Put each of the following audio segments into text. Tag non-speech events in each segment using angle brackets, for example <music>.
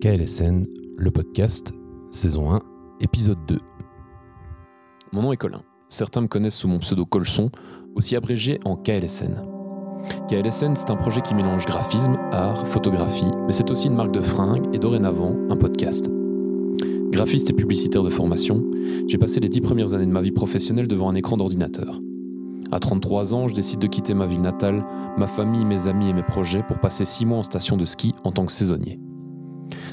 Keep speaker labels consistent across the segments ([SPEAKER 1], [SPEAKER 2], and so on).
[SPEAKER 1] KLSN, le podcast, saison 1, épisode 2. Mon nom est Colin. Certains me connaissent sous mon pseudo Colson, aussi abrégé en KLSN. KLSN, c'est un projet qui mélange graphisme, art, photographie, mais c'est aussi une marque de fringues et dorénavant un podcast. Graphiste et publicitaire de formation, j'ai passé les dix premières années de ma vie professionnelle devant un écran d'ordinateur. À 33 ans, je décide de quitter ma ville natale, ma famille, mes amis et mes projets pour passer six mois en station de ski en tant que saisonnier.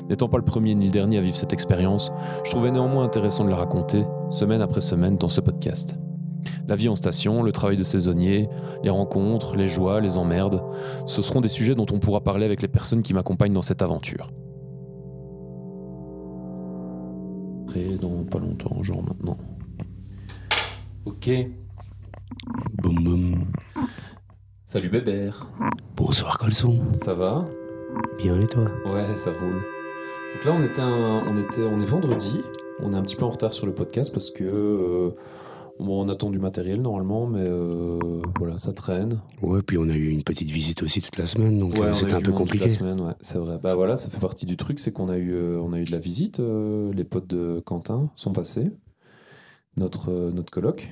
[SPEAKER 1] N'étant pas le premier ni le dernier à vivre cette expérience, je trouvais néanmoins intéressant de la raconter, semaine après semaine, dans ce podcast. La vie en station, le travail de saisonnier, les rencontres, les joies, les emmerdes, ce seront des sujets dont on pourra parler avec les personnes qui m'accompagnent dans cette aventure. Après, dans pas longtemps, genre maintenant. Ok.
[SPEAKER 2] Boum boum.
[SPEAKER 1] Salut Bébert.
[SPEAKER 2] Bonsoir Colson.
[SPEAKER 1] Ça va
[SPEAKER 2] Bien et toi
[SPEAKER 1] Ouais, ça roule. Donc là, on était, un- on était, on est vendredi. On est un petit peu en retard sur le podcast parce que euh, bon, on attend du matériel normalement, mais euh, voilà, ça traîne.
[SPEAKER 2] Ouais, puis on a eu une petite visite aussi toute la semaine, donc
[SPEAKER 1] Ouais,
[SPEAKER 2] euh,
[SPEAKER 1] on a eu
[SPEAKER 2] c'était un
[SPEAKER 1] du
[SPEAKER 2] peu
[SPEAKER 1] monde toute
[SPEAKER 2] compliqué.
[SPEAKER 1] La semaine, ouais, c'est vrai. Bah voilà, ça fait partie du truc, c'est qu'on a eu, euh, on a eu de la visite. euh, les potes de Quentin sont passés, notre euh, notre coloc.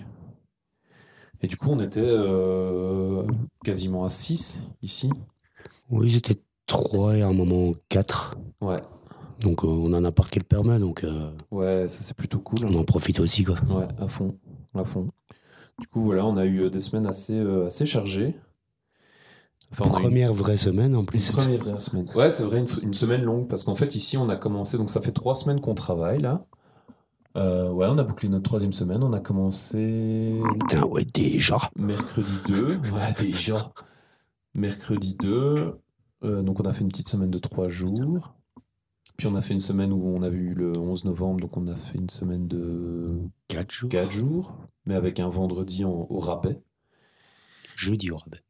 [SPEAKER 1] Et du coup, on était euh, quasiment à 6 ici.
[SPEAKER 2] Oui, j'étais trois et à un moment quatre.
[SPEAKER 1] Ouais,
[SPEAKER 2] Donc euh, on en a parqué le permis, donc euh,
[SPEAKER 1] ouais, ça c'est plutôt cool.
[SPEAKER 2] on en profite aussi quoi.
[SPEAKER 1] Ouais, à fond, à fond. Du coup, voilà, on a eu euh, des semaines assez, euh, assez chargées. Enfin, on a eu une-
[SPEAKER 2] Première vraie semaine en plus.
[SPEAKER 1] une première vraie semaine. Ouais, c'est vrai, une, f- une semaine longue, parce qu'en fait, ici, on a commencé, donc ça fait trois semaines qu'on travaille, là. Euh, ouais, on a bouclé notre troisième semaine, on a commencé
[SPEAKER 2] Putain, ouais, déjà.
[SPEAKER 1] mercredi 2, ouais, déjà. Mercredi 2, euh, donc on a fait une petite semaine de trois jours. Puis on a fait une semaine où on a eu le 11 novembre, donc on a fait une semaine de
[SPEAKER 2] Quatre jours.
[SPEAKER 1] 4 jours, mais avec un vendredi en- au rabais.
[SPEAKER 2] Jeudi au rabais.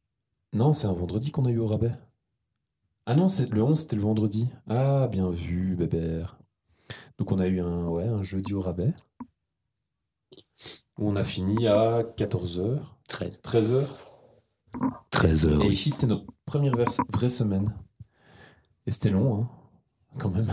[SPEAKER 1] Non, c'est un vendredi qu'on a eu au rabais. Ah non, c'est le 11, c'était le vendredi. Ah, bien vu, bébert. Donc on a eu un, ouais, un jeudi au rabais. Où on a fini à 14h,
[SPEAKER 2] 13.
[SPEAKER 1] 13h.
[SPEAKER 2] 13 heures.
[SPEAKER 1] Et
[SPEAKER 2] Ah oui.
[SPEAKER 1] ici, c'était notre première verse- vraie semaine. Et c'était long, hein, quand même.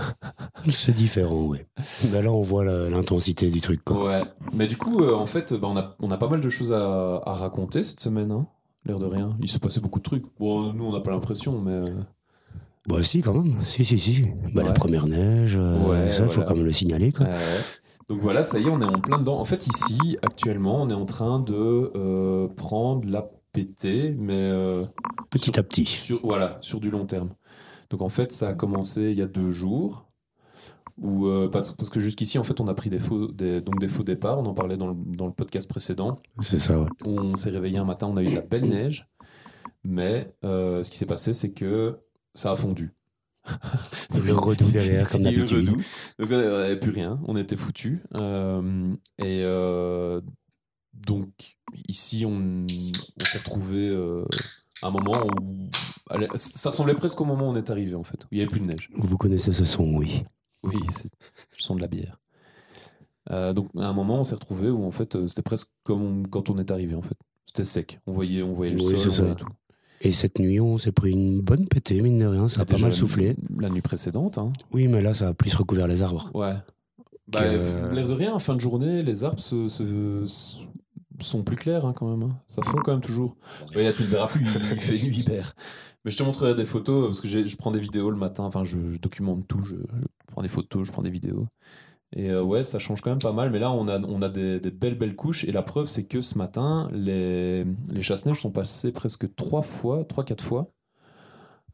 [SPEAKER 2] C'est différent,
[SPEAKER 1] <laughs>
[SPEAKER 2] ouais. Bah là, on voit la- l'intensité du truc quoi.
[SPEAKER 1] Ouais, mais du coup, euh, en fait, bah, on, a, on a pas mal de choses à, à raconter cette semaine, hein, l'air de rien. Il s'est passé beaucoup de trucs. Bon, nous, on n'a pas l'impression, mais. euh,
[SPEAKER 2] Bah si, quand même. Si, si, si. Bah la
[SPEAKER 1] Ouais.
[SPEAKER 2] première neige, euh,
[SPEAKER 1] Ouais,
[SPEAKER 2] ça, faut
[SPEAKER 1] voilà.
[SPEAKER 2] quand même le signaler quoi.
[SPEAKER 1] ouais. <laughs> Donc voilà, ça y est, on est en plein dedans. En fait, ici, actuellement, on est en train de euh, prendre la PT, mais euh,
[SPEAKER 2] Petit à petit.
[SPEAKER 1] sur, voilà, sur du long terme. Donc en fait, ça a commencé il y a deux jours. Où, euh, parce, parce que jusqu'ici, en fait, on a pris des faux, des, donc des faux départs. On en parlait dans le- dans le podcast précédent.
[SPEAKER 2] C'est ça, ouais.
[SPEAKER 1] On s'est réveillé un matin, on a eu de la belle neige, mais euh, ce qui s'est passé, c'est que ça a fondu.
[SPEAKER 2] Il y a eu <laughs> le redoux derrière, comme
[SPEAKER 1] Il y a eu le
[SPEAKER 2] d'habitude.
[SPEAKER 1] redoux. Donc, on n'avait plus rien, on était foutus. Euh, et euh, donc, ici, on, on s'est retrouvé à un moment où. allez, ça ressemblait presque au moment où on est arrivé, en fait, où il n'y avait plus de neige.
[SPEAKER 2] Vous connaissez ce son, oui.
[SPEAKER 1] Oui, c'est le son de la bière. Euh, donc à un moment, on s'est retrouvé où en fait, euh, c'était presque comme on- quand on est arrivé en fait. C'était sec. On voyait, on voyait le
[SPEAKER 2] Oui, c'est
[SPEAKER 1] sol, on
[SPEAKER 2] ça.
[SPEAKER 1] voyait tout.
[SPEAKER 2] Et cette nuit, on s'est pris une bonne pétée, mine de rien. Ça a
[SPEAKER 1] Déjà
[SPEAKER 2] pas mal
[SPEAKER 1] la-
[SPEAKER 2] soufflé.
[SPEAKER 1] La nuit précédente, hein.
[SPEAKER 2] Oui, mais là, ça a plus recouvert les arbres.
[SPEAKER 1] Ouais. Bah,
[SPEAKER 2] euh,
[SPEAKER 1] L'air de rien, fin de journée, les arbres se, se- se- sont plus clairs hein, quand même. hein. Ça fond quand même toujours. Ouais, là, tu ne verras plus, il fait nuit hiver. Mais je te montrerai des photos euh, parce que j'ai- je prends des vidéos le matin. Enfin, je, je documente tout. Je, je prends des photos, je prends des vidéos. Et euh, ouais, ça change quand même pas mal. Mais là, on a, on a des, des belles, belles couches. Et la preuve, c'est que ce matin, les, les chasse-neige sont passés presque trois fois, trois, quatre fois.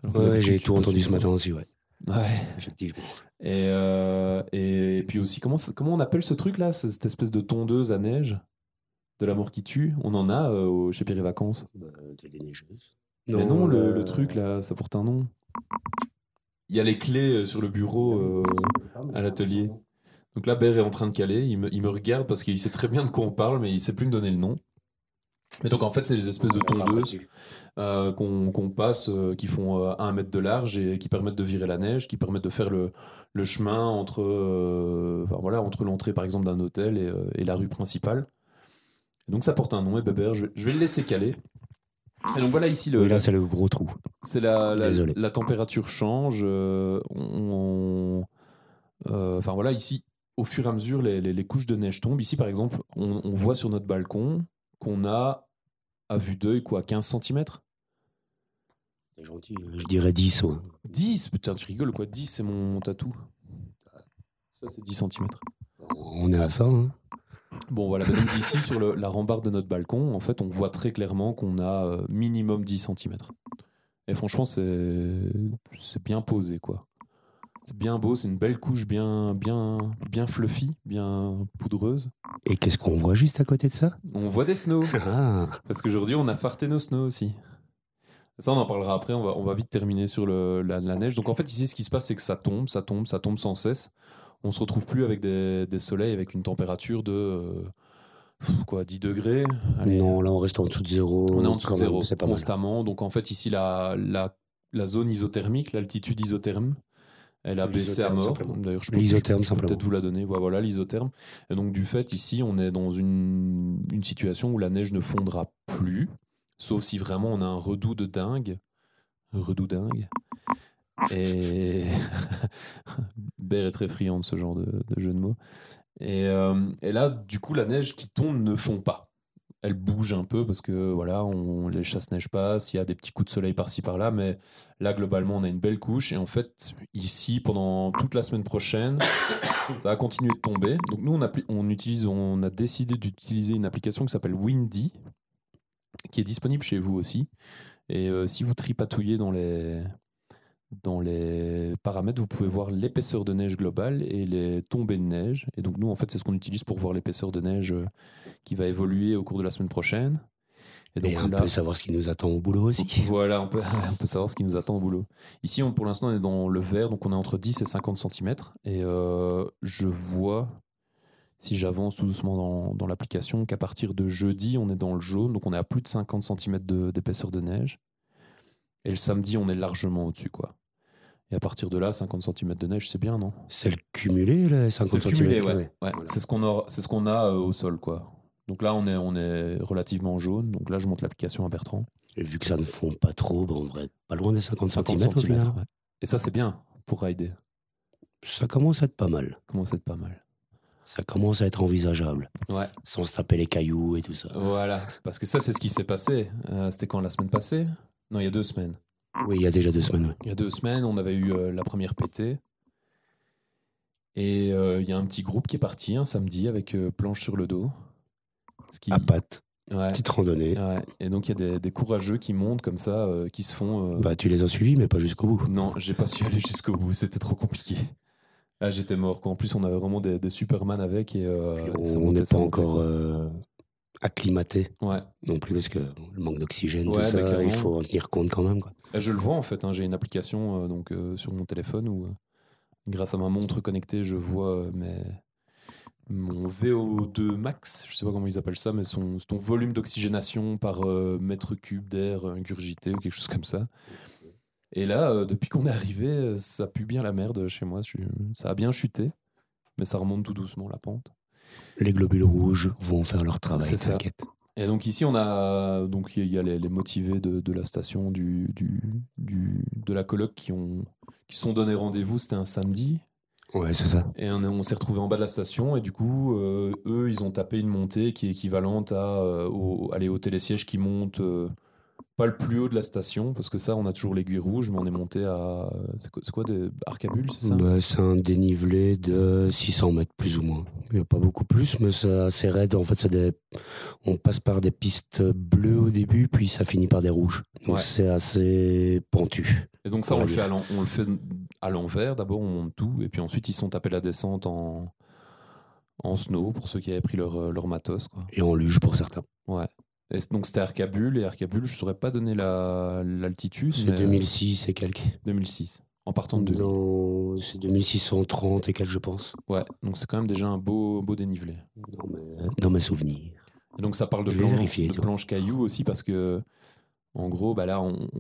[SPEAKER 1] Alors que
[SPEAKER 2] Ouais,
[SPEAKER 1] d'habitude,
[SPEAKER 2] j'ai
[SPEAKER 1] tu
[SPEAKER 2] tout
[SPEAKER 1] passes
[SPEAKER 2] entendu
[SPEAKER 1] une
[SPEAKER 2] ce
[SPEAKER 1] fois.
[SPEAKER 2] matin aussi, ouais.
[SPEAKER 1] Ouais.
[SPEAKER 2] Effectivement.
[SPEAKER 1] Et, euh, et, et puis aussi, comment, ça- comment on appelle ce truc-là, ce- cette espèce de tondeuse à neige de l'amour qui tue On en a euh, au- chez Péri Vacances.
[SPEAKER 2] Bah, des
[SPEAKER 1] Mais non, le,
[SPEAKER 2] euh,
[SPEAKER 1] le truc là, ça porte un nom. Il y a les clés euh, sur le bureau euh, à l'atelier. Donc là, Ber est en train de caler. Il me, il me regarde parce qu'il sait très bien de quoi on parle, mais il sait plus me donner le nom. Mais donc en fait, c'est des espèces de
[SPEAKER 2] Ah,
[SPEAKER 1] tondeuses euh, qu'on qu'on passe, euh, qui font euh, 1 mètre de large et qui permettent de virer la neige, qui permettent de faire le, le chemin entre euh, enfin, voilà, entre l'entrée par exemple d'un hôtel et, euh, et la rue principale. Donc ça porte un nom, et Bébert, je, je vais le laisser caler. Et donc voilà ici le,
[SPEAKER 2] Oui, là, c'est le gros trou.
[SPEAKER 1] c'est la, la,
[SPEAKER 2] Désolé.
[SPEAKER 1] la température change. euh, on, Euh, Enfin voilà, ici, au fur et à mesure, les, les- les couches de neige tombent. Ici, par exemple, on, on voit sur notre balcon qu'on a, à vue d'œil, quoi, 15 cm
[SPEAKER 2] C'est gentil. hein. Je dirais 10. ouais.
[SPEAKER 1] 10 Putain, tu rigoles, quoi. 10, c'est mon, mon tatou. Ça, c'est 10 cm.
[SPEAKER 2] On est à ça. hein.
[SPEAKER 1] Bon, voilà. Donc, d'ici, sur le- la rambarde de notre balcon, en fait, on voit très clairement qu'on a euh, minimum 10 cm. Et franchement, c'est c'est bien posé, quoi. C'est bien beau, c'est une belle couche bien, bien, bien fluffy, bien poudreuse.
[SPEAKER 2] Et qu'est-ce qu'on voit juste à côté de ça
[SPEAKER 1] On voit des snows.
[SPEAKER 2] Ah,
[SPEAKER 1] Parce qu'aujourd'hui, on a farté nos snows aussi. Ça, on en parlera après. On va, on va vite terminer sur le- la, la neige. Donc, en fait, ici, ce qui se passe, c'est que ça tombe, ça tombe, ça tombe sans cesse. On se retrouve plus avec des, des soleils, avec une température de euh, pff, quoi, 10 degrés. Allez, euh,
[SPEAKER 2] non, là on reste en dessous de zéro.
[SPEAKER 1] on est en dessous
[SPEAKER 2] quand
[SPEAKER 1] de
[SPEAKER 2] même,
[SPEAKER 1] zéro
[SPEAKER 2] C'est pas mal.
[SPEAKER 1] constamment. Donc, en fait, ici, la, la, la zone isothermique, l'altitude isotherme, elle a baissé à
[SPEAKER 2] L'isotherme,
[SPEAKER 1] mort.
[SPEAKER 2] simplement.
[SPEAKER 1] D'ailleurs, je peux-
[SPEAKER 2] L'isotherme,
[SPEAKER 1] je peux
[SPEAKER 2] simplement.
[SPEAKER 1] peut-être vous la donner. Ouais, Voilà, l'isotherme. Et donc, du fait, ici, on est dans une, une situation où la neige ne fondra plus, sauf si vraiment on a un redout de dingue. Un redout dingue. Et. <laughs> Bert est très friand de ce genre de, de jeu de mots. Et, euh, et là, du coup, la neige qui tombe ne fond pas. Elle bouge un peu parce que voilà, on, les chasse-neige passent, il y a des petits coups de soleil par-ci par-là, mais là, globalement, on a une belle couche. Et en fait, ici, pendant toute la semaine prochaine, ça va continuer de tomber. Donc nous, on, appli- on utilise, on a décidé d'utiliser une application qui s'appelle Windy, qui est disponible chez vous aussi. Et euh, si vous tripatouillez dans les dans les paramètres, vous pouvez voir l'épaisseur de neige globale et les tombées de neige. Et donc nous, en fait, c'est ce qu'on utilise pour voir l'épaisseur de neige euh, qui va évoluer au cours de la semaine prochaine.
[SPEAKER 2] Et un peu savoir ce qui nous attend au boulot aussi.
[SPEAKER 1] Voilà, on peut, <laughs> on peut savoir ce qui nous attend au boulot. Ici, on, pour l'instant, on est dans le vert, donc on est entre 10 et 50 cm. Et euh, je vois, si j'avance tout doucement dans, dans l'application, qu'à partir de jeudi, on est dans le jaune, donc on est à plus de 50 cm d'épaisseur de neige. Et le samedi, on est largement au-dessus, quoi. Et à partir de là, 50 cm de neige, c'est bien, non
[SPEAKER 2] C'est le cumulé, là,
[SPEAKER 1] c'est
[SPEAKER 2] 50 cm.
[SPEAKER 1] cumulé, ouais. Ouais,
[SPEAKER 2] Voilà.
[SPEAKER 1] C'est ce qu'on aura- c'est ce qu'on a euh, au sol, quoi. Donc là, on est, on est relativement jaune. Donc là, je monte l'application à Bertrand.
[SPEAKER 2] Et vu que ça ne fond pas trop, bah, on devrait être pas loin des 50,
[SPEAKER 1] 50
[SPEAKER 2] cm. au final.
[SPEAKER 1] centimètres, ouais. Et ça, c'est bien pour rider.
[SPEAKER 2] Ça commence à être pas mal.
[SPEAKER 1] Commence à être pas mal.
[SPEAKER 2] Ça commence à être envisageable.
[SPEAKER 1] Ouais.
[SPEAKER 2] Sans se taper les cailloux et tout ça.
[SPEAKER 1] Voilà. Parce que ça, c'est ce qui s'est passé. Euh, C'était quand la semaine passée Non, il y a deux semaines.
[SPEAKER 2] Oui, il y a déjà deux semaines. ouais.
[SPEAKER 1] Il y a deux semaines, on avait eu euh, la première pétée. Et euh, il y a un petit groupe qui est parti un samedi avec euh, planche sur le dos. Ce qui...
[SPEAKER 2] À pattes,
[SPEAKER 1] Ouais.
[SPEAKER 2] petite randonnée.
[SPEAKER 1] Ouais. Et donc, il y a des, des courageux qui montent comme ça, euh, qui se font. euh,
[SPEAKER 2] Bah, tu les as suivis, mais pas jusqu'au bout.
[SPEAKER 1] Non, j'ai pas su aller jusqu'au bout, c'était trop compliqué. Ah, j'étais mort. Quoi. En plus, on avait vraiment des, des Superman avec et euh,
[SPEAKER 2] on
[SPEAKER 1] ça
[SPEAKER 2] on
[SPEAKER 1] montait,
[SPEAKER 2] n'est
[SPEAKER 1] ça
[SPEAKER 2] pas
[SPEAKER 1] montait,
[SPEAKER 2] encore
[SPEAKER 1] quoi.
[SPEAKER 2] euh, acclimaté
[SPEAKER 1] Ouais.
[SPEAKER 2] non plus, parce que bon, le manque d'oxygène,
[SPEAKER 1] Ouais,
[SPEAKER 2] tout
[SPEAKER 1] bah,
[SPEAKER 2] ça,
[SPEAKER 1] clairement.
[SPEAKER 2] il faut en tenir compte quand même. Quoi.
[SPEAKER 1] Et je le vois en fait. hein, J'ai une application euh, donc euh, sur mon téléphone où, euh, grâce à ma montre connectée, je vois euh, mes- mon VO2 max. Je sais pas comment ils appellent ça, mais son, ton volume d'oxygénation par euh, mètre cube d'air ingurgité ou quelque chose comme ça. Et là, euh, depuis qu'on est arrivé, euh, ça pue bien la merde chez moi. Je suis- Ça a bien chuté, mais ça remonte tout doucement la pente.
[SPEAKER 2] Les globules rouges vont faire leur travail,
[SPEAKER 1] C'est ça.
[SPEAKER 2] t'inquiète.
[SPEAKER 1] Et donc ici, on a donc il y a les, les motivés de, de la station, du, du, du- de la coloc qui ont qui se sont donné rendez-vous. C'était un samedi
[SPEAKER 2] Ouais, c'est ça.
[SPEAKER 1] et on, est- on s'est retrouvé en bas de la station et du coup, euh, eux, ils ont tapé une montée qui est équivalente à euh, au, aller au télésiège qui monte euh, pas le plus haut de la station parce que ça, on a toujours l'aiguille rouge, mais on est monté à euh, c'est quoi, c'est quoi des arcabules, c'est ça
[SPEAKER 2] Bah, c'est un dénivelé de 600 mètres, plus ou moins. Il n'y a pas beaucoup plus, mais c'est assez raide. En fait, c'est des... on passe par des pistes bleues au début, puis ça finit par des rouges. Donc,
[SPEAKER 1] Ouais.
[SPEAKER 2] c'est assez pentu.
[SPEAKER 1] Et donc ça,
[SPEAKER 2] On
[SPEAKER 1] on
[SPEAKER 2] va
[SPEAKER 1] le, fait
[SPEAKER 2] dire.
[SPEAKER 1] à l'en- on le fait à l'envers. D'abord, on monte tout. Et puis ensuite, ils sont tapés la descente en, en snow pour ceux qui avaient pris leur, euh, leur matos. Quoi.
[SPEAKER 2] Et en luge pour certains.
[SPEAKER 1] Ouais. Et c- donc c'était Arcabule. Et Arcabule, je ne saurais pas donner la- l'altitude.
[SPEAKER 2] C'est
[SPEAKER 1] mais- euh,
[SPEAKER 2] 2006 et quelques.
[SPEAKER 1] 2006. En partant de 2000.
[SPEAKER 2] Non, C'est 2630 et quelques, je pense.
[SPEAKER 1] Ouais. Donc c'est quand même déjà un beau, beau dénivelé.
[SPEAKER 2] Dans mes, dans mes souvenirs.
[SPEAKER 1] Et donc ça parle de,
[SPEAKER 2] Je vais
[SPEAKER 1] planche,
[SPEAKER 2] vérifier,
[SPEAKER 1] de
[SPEAKER 2] tiens.
[SPEAKER 1] planche caillou aussi parce que en gros bah là on,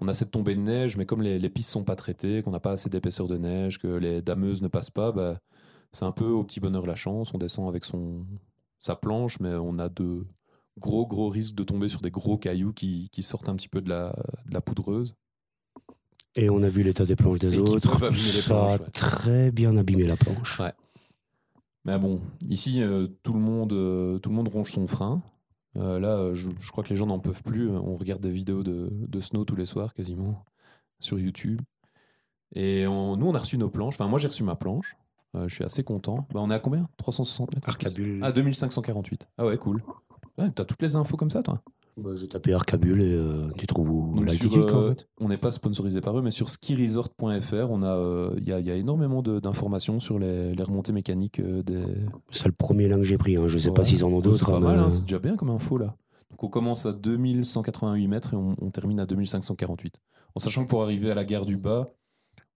[SPEAKER 1] on a cette tombée de neige mais comme les, les pistes sont pas traitées, qu'on n'a pas assez d'épaisseur de neige, que les dameuses ne passent pas, bah, c'est un peu au petit bonheur la chance, on descend avec son sa planche mais on a de gros gros risques de tomber sur des gros cailloux qui, qui sortent un petit peu de la, de la poudreuse.
[SPEAKER 2] Et on a vu l'état des planches des
[SPEAKER 1] Et qui
[SPEAKER 2] autres.
[SPEAKER 1] peuvent abîmer les
[SPEAKER 2] ça
[SPEAKER 1] planches,
[SPEAKER 2] a
[SPEAKER 1] ouais.
[SPEAKER 2] très bien abîmé la planche.
[SPEAKER 1] Ouais. Mais bon, ici, euh, tout, le monde, euh, tout le monde ronge son frein. Euh, là, euh, je, je crois que les gens n'en peuvent plus. Euh, On regarde des vidéos de, de Snow tous les soirs, quasiment, sur YouTube. Et on- nous, on a reçu nos planches. Enfin, moi, j'ai reçu ma planche. Euh, je suis assez content. Bah, on est à combien 360 mètres
[SPEAKER 2] Arcabule.
[SPEAKER 1] Ah, 2548. Ah ouais, cool. Ouais, T'as toutes les infos comme ça, toi
[SPEAKER 2] Bah, J'ai tapé Arcabule et euh, tu trouves où
[SPEAKER 1] Donc, sur,
[SPEAKER 2] l'altitude quoi,
[SPEAKER 1] euh,
[SPEAKER 2] en fait.
[SPEAKER 1] On n'est pas sponsorisé par eux, mais sur skiresort.fr, on a, euh, il y, a, il y a énormément de- d'informations sur les, les remontées mécaniques euh, des.
[SPEAKER 2] C'est le premier lin que j'ai pris. hein. Je sais
[SPEAKER 1] Ouais.
[SPEAKER 2] pas s'ils en ont d'autres.
[SPEAKER 1] C'est pas
[SPEAKER 2] hein,
[SPEAKER 1] mal, hein,
[SPEAKER 2] mais-
[SPEAKER 1] c'est déjà bien comme info là. Donc on commence à 2188 mètres et on, on termine à 2548. En sachant que pour arriver à la gare du Bas,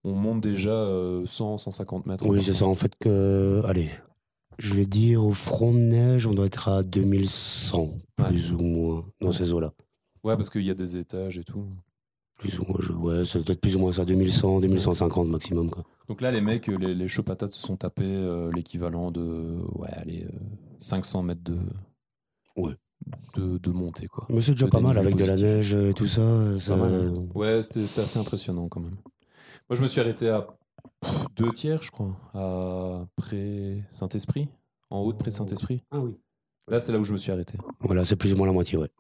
[SPEAKER 1] on monte déjà euh, 100-150 mètres.
[SPEAKER 2] euh, Oui, c'est ça. En fait, que, allez, je vais dire au front de neige, on doit être à 2100, plus ou moins, dans
[SPEAKER 1] Ouais.
[SPEAKER 2] ces eaux-là.
[SPEAKER 1] Ouais, parce qu'il y a des étages et tout.
[SPEAKER 2] Plus ou moins, je- ouais, c'est peut-être plus ou moins ça, 2100, 2150 maximum. Quoi.
[SPEAKER 1] Donc là, les mecs, les, les chauds patates se sont tapés euh, l'équivalent de ouais, allez, euh, 500 mètres de,
[SPEAKER 2] Ouais.
[SPEAKER 1] de, de montée. Quoi.
[SPEAKER 2] Mais c'est déjà
[SPEAKER 1] Le
[SPEAKER 2] pas mal
[SPEAKER 1] dénivelé
[SPEAKER 2] avec de la neige et tout ça. euh, ça-
[SPEAKER 1] mal. Ouais, c'était c'était assez impressionnant quand même. Moi, je me suis arrêté à pff, deux tiers, je crois, à Pré-Saint-Esprit, en haut de Pré-Saint-Esprit.
[SPEAKER 2] Ah oui.
[SPEAKER 1] Là, c'est là où je me suis arrêté.
[SPEAKER 2] Voilà, c'est plus ou moins la moitié, ouais.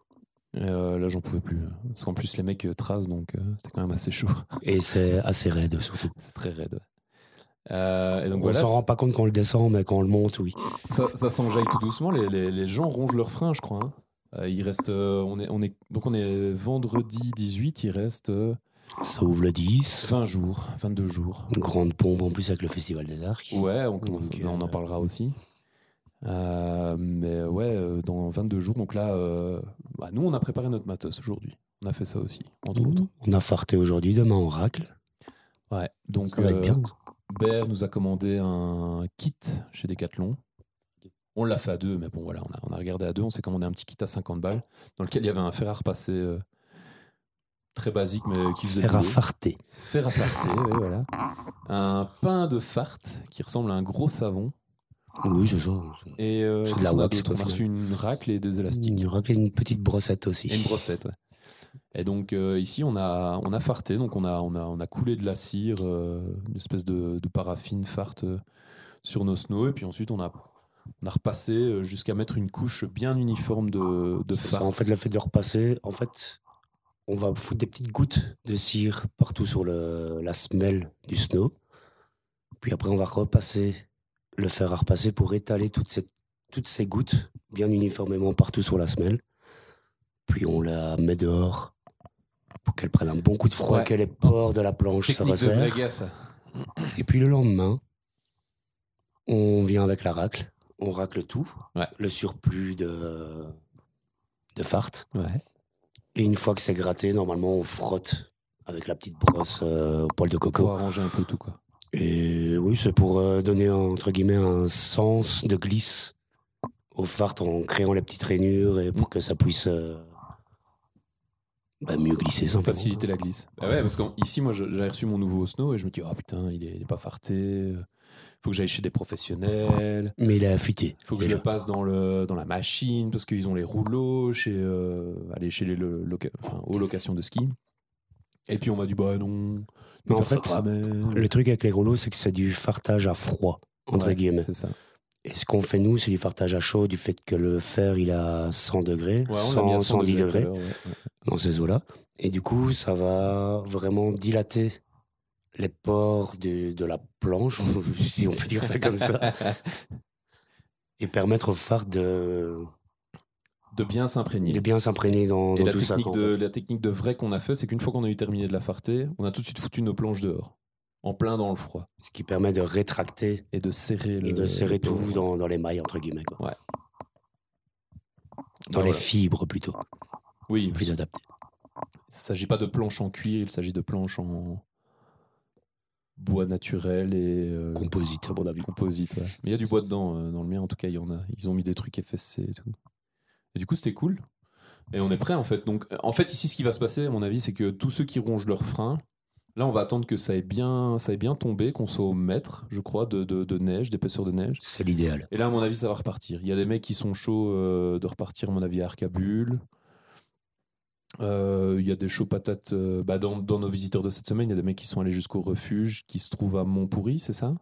[SPEAKER 1] Et, euh, là, j'en pouvais plus. Parce qu'en plus, les mecs euh, tracent, donc euh, c'était quand même assez chaud. <laughs>
[SPEAKER 2] Et c'est assez raide surtout.
[SPEAKER 1] c'est très raide. ouais. Euh, et donc
[SPEAKER 2] on
[SPEAKER 1] voilà,
[SPEAKER 2] s'en rend pas compte quand on le descend, mais quand on le monte, oui.
[SPEAKER 1] ça, ça s'enjaille tout doucement. Les, les- les gens rongent leurs freins, je crois. hein. Euh, il reste, euh, on est, on est, donc on est vendredi 18, il reste euh,
[SPEAKER 2] Ça ouvre le 10.
[SPEAKER 1] 20 jours, 22 jours.
[SPEAKER 2] Une grande pompe en plus avec le Festival des Arcs.
[SPEAKER 1] Ouais, on, commence-
[SPEAKER 2] Donc,
[SPEAKER 1] ben, on en
[SPEAKER 2] euh,
[SPEAKER 1] parlera aussi. Euh, mais ouais, euh, dans 22 jours. Donc là, euh, bah, nous, on a préparé notre matos aujourd'hui. On a fait ça aussi, entre autres.
[SPEAKER 2] On a farté aujourd'hui, demain on racle.
[SPEAKER 1] Ouais, donc
[SPEAKER 2] ça va être
[SPEAKER 1] euh,
[SPEAKER 2] bien.
[SPEAKER 1] Bert nous a commandé un kit chez Decathlon. On l'a fait à deux, mais bon, voilà, on a, on a regardé à deux. On s'est commandé un petit kit à 50 balles dans lequel il y avait un fer à repasser euh, très basique, mais qui faisait.
[SPEAKER 2] Faire à
[SPEAKER 1] le boulot.
[SPEAKER 2] farter.
[SPEAKER 1] Fer à <laughs> farter, ouais, voilà. Un pain de farte qui ressemble à un gros savon. Ah.
[SPEAKER 2] Oui, c'est ça.
[SPEAKER 1] Et euh,
[SPEAKER 2] C'est de
[SPEAKER 1] qu'est-ce
[SPEAKER 2] la
[SPEAKER 1] qu'on a
[SPEAKER 2] wax,
[SPEAKER 1] d'autre
[SPEAKER 2] quoi,
[SPEAKER 1] On a reçu une racle et des élastiques.
[SPEAKER 2] Il racle une petite brossette aussi.
[SPEAKER 1] Et une brossette, ouais. Et donc euh, ici, on a, on a farté, donc on a, on, a, on a coulé de la cire, euh, une espèce de, de paraffine farte euh, sur nos snows, et puis ensuite on a, on a repassé euh, jusqu'à mettre une couche bien uniforme de, de
[SPEAKER 2] Ça,
[SPEAKER 1] farte.
[SPEAKER 2] en fait, le fait de repasser, en fait, on va foutre des petites gouttes de cire partout sur le, la semelle du snow. Puis après, on va repasser, le fer à repasser pour étaler toutes ces, toutes ces gouttes bien uniformément partout sur la semelle. Puis on la met dehors pour qu'elle prenne un bon coup de froid,
[SPEAKER 1] Ouais.
[SPEAKER 2] qu'elle ait peur de la planche, ça
[SPEAKER 1] Technique de
[SPEAKER 2] resserre.
[SPEAKER 1] vrai gars, ça.
[SPEAKER 2] Et puis le lendemain, on vient avec la racle, on racle tout,
[SPEAKER 1] Ouais.
[SPEAKER 2] le surplus de, de farte.
[SPEAKER 1] Ouais.
[SPEAKER 2] Et une fois que c'est gratté, normalement, on frotte avec la petite brosse euh, au poil de
[SPEAKER 1] Pour
[SPEAKER 2] coco.
[SPEAKER 1] arranger un peu tout, quoi.
[SPEAKER 2] Et oui, c'est pour euh, donner, entre guillemets, un sens de glisse au fart en créant les petites rainures et
[SPEAKER 1] Mm.
[SPEAKER 2] pour que ça puisse euh, bah, mieux glisser simplement.
[SPEAKER 1] Faciliter la glisse. Bah ouais, parce qu'ici, moi, je- j'avais reçu mon nouveau snow, et je me dis, oh putain, il est, il est pas farté, euh, faut que j'aille chez des professionnels.
[SPEAKER 2] Mais il est affûté.
[SPEAKER 1] Il faut que je
[SPEAKER 2] déjà.
[SPEAKER 1] le passe dans, le, dans la machine parce qu'ils ont les rouleaux chez, euh, allez, chez les lo- loca- enfin, aux locations de ski. Et puis on m'a dit bah non,
[SPEAKER 2] Mais en
[SPEAKER 1] faire
[SPEAKER 2] fait,
[SPEAKER 1] ça toi-même.
[SPEAKER 2] Le truc avec les rouleaux, c'est que c'est du fartage à froid, entre
[SPEAKER 1] Ouais,
[SPEAKER 2] guillemets.
[SPEAKER 1] C'est ça.
[SPEAKER 2] Et ce qu'on fait, nous, c'est du fartage à chaud, du fait que le fer, il a 100 degrés,
[SPEAKER 1] Ouais, on l'a mis à
[SPEAKER 2] 100, 110
[SPEAKER 1] tout à
[SPEAKER 2] degrés.
[SPEAKER 1] l'heure, ouais, ouais.
[SPEAKER 2] dans ces eaux-là. Et du coup, ça va vraiment dilater les pores de, de la planche, <laughs> si on peut dire ça
[SPEAKER 1] <laughs>
[SPEAKER 2] comme ça, et permettre au phare de,
[SPEAKER 1] De bien s'imprégner.
[SPEAKER 2] de bien s'imprégner dans,
[SPEAKER 1] Et
[SPEAKER 2] dans
[SPEAKER 1] la
[SPEAKER 2] tout ça.
[SPEAKER 1] technique,
[SPEAKER 2] quoi, en
[SPEAKER 1] de,
[SPEAKER 2] fait.
[SPEAKER 1] la technique de vrai qu'on a fait, c'est qu'une fois qu'on a eu terminé de la farter, on a tout de suite foutu nos planches dehors, en plein dans le froid,
[SPEAKER 2] Ce qui permet de rétracter
[SPEAKER 1] et de serrer le.
[SPEAKER 2] et de serrer
[SPEAKER 1] le
[SPEAKER 2] tout
[SPEAKER 1] dos.
[SPEAKER 2] dans, dans les mailles, entre guillemets. quoi.
[SPEAKER 1] Ouais.
[SPEAKER 2] Dans
[SPEAKER 1] Bah
[SPEAKER 2] les
[SPEAKER 1] voilà.
[SPEAKER 2] fibres plutôt.
[SPEAKER 1] Oui,
[SPEAKER 2] C'est plus adapté.
[SPEAKER 1] Il ne s'agit pas de planches en cuir, il s'agit de planches en bois naturel et euh,
[SPEAKER 2] Composite, à mon avis.
[SPEAKER 1] composite. ouais. Mais il y a du bois dedans, euh, dans le mien en tout cas, il y en a. Ils ont mis des trucs FSC et tout. Et du coup, c'était cool. Et on est prêt en fait. Donc, euh, en fait, ici, ce qui va se passer, à mon avis, c'est que tous ceux qui rongent leurs freins, là, on va attendre que ça ait bien, ça ait bien tombé, qu'on soit au mètre, je crois, de, de- de neige, d'épaisseur de neige.
[SPEAKER 2] C'est l'idéal.
[SPEAKER 1] Et là, à mon avis, ça va repartir. Il y a des mecs qui sont chauds euh, de repartir, à mon avis, à Arcabule. Euh, Il y a des chauds patates. euh, bah, dans, dans nos visiteurs de cette semaine, il y a des mecs qui sont allés jusqu'au refuge qui se trouve à Montpourri, c'est ça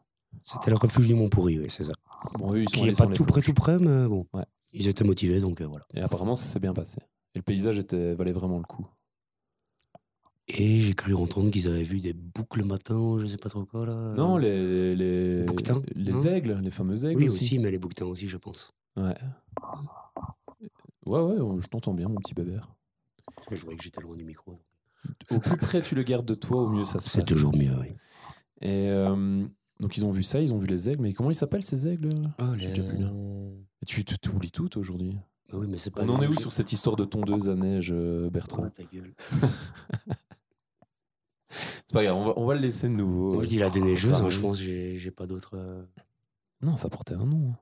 [SPEAKER 2] C'était le refuge du Mont-Pourri, oui, c'est ça.
[SPEAKER 1] Bon, eux, ils sont
[SPEAKER 2] Qui
[SPEAKER 1] allés
[SPEAKER 2] est pas
[SPEAKER 1] sans les
[SPEAKER 2] tout près,
[SPEAKER 1] planches.
[SPEAKER 2] tout près, mais bon.
[SPEAKER 1] Ouais.
[SPEAKER 2] Ils étaient motivés, donc euh, voilà.
[SPEAKER 1] Et apparemment, ça s'est bien passé. Et le paysage était, valait vraiment le coup.
[SPEAKER 2] Et j'ai cru entendre qu'ils avaient vu des boucs le matin, je sais pas trop quoi, là.
[SPEAKER 1] non,
[SPEAKER 2] Euh,
[SPEAKER 1] les, les,
[SPEAKER 2] bouquetins, non
[SPEAKER 1] les aigles, les fameux aigles
[SPEAKER 2] Oui,
[SPEAKER 1] aussi.
[SPEAKER 2] aussi, mais les bouquetins aussi, je pense.
[SPEAKER 1] Ouais. Ouais, ouais, on- je t'entends bien, mon petit bébert.
[SPEAKER 2] Parce que Je voyais que j'étais loin du micro.
[SPEAKER 1] Au plus près tu le gardes de toi, au mieux ça se
[SPEAKER 2] C'est
[SPEAKER 1] passe.
[SPEAKER 2] toujours mieux, oui.
[SPEAKER 1] Et euh, donc, ils ont vu ça, ils ont vu les aigles. Mais comment ils s'appellent ces aigles
[SPEAKER 2] Ah,
[SPEAKER 1] J'ai déjà plus là. Et Tu tu- tu oublies tout toi, aujourd'hui.
[SPEAKER 2] Bah oui, mais c'est pas.
[SPEAKER 1] On en est où
[SPEAKER 2] je-
[SPEAKER 1] sur cette histoire de tondeuse à neige, euh, Bertrand
[SPEAKER 2] Ah, ta gueule.
[SPEAKER 1] C'est pas grave, on va, on va le laisser de nouveau.
[SPEAKER 2] Moi, je dis la déneigeuse,
[SPEAKER 1] Enfin,
[SPEAKER 2] hein, je pense que j'ai j'ai pas d'autre. euh,
[SPEAKER 1] Non, ça portait un nom. hein.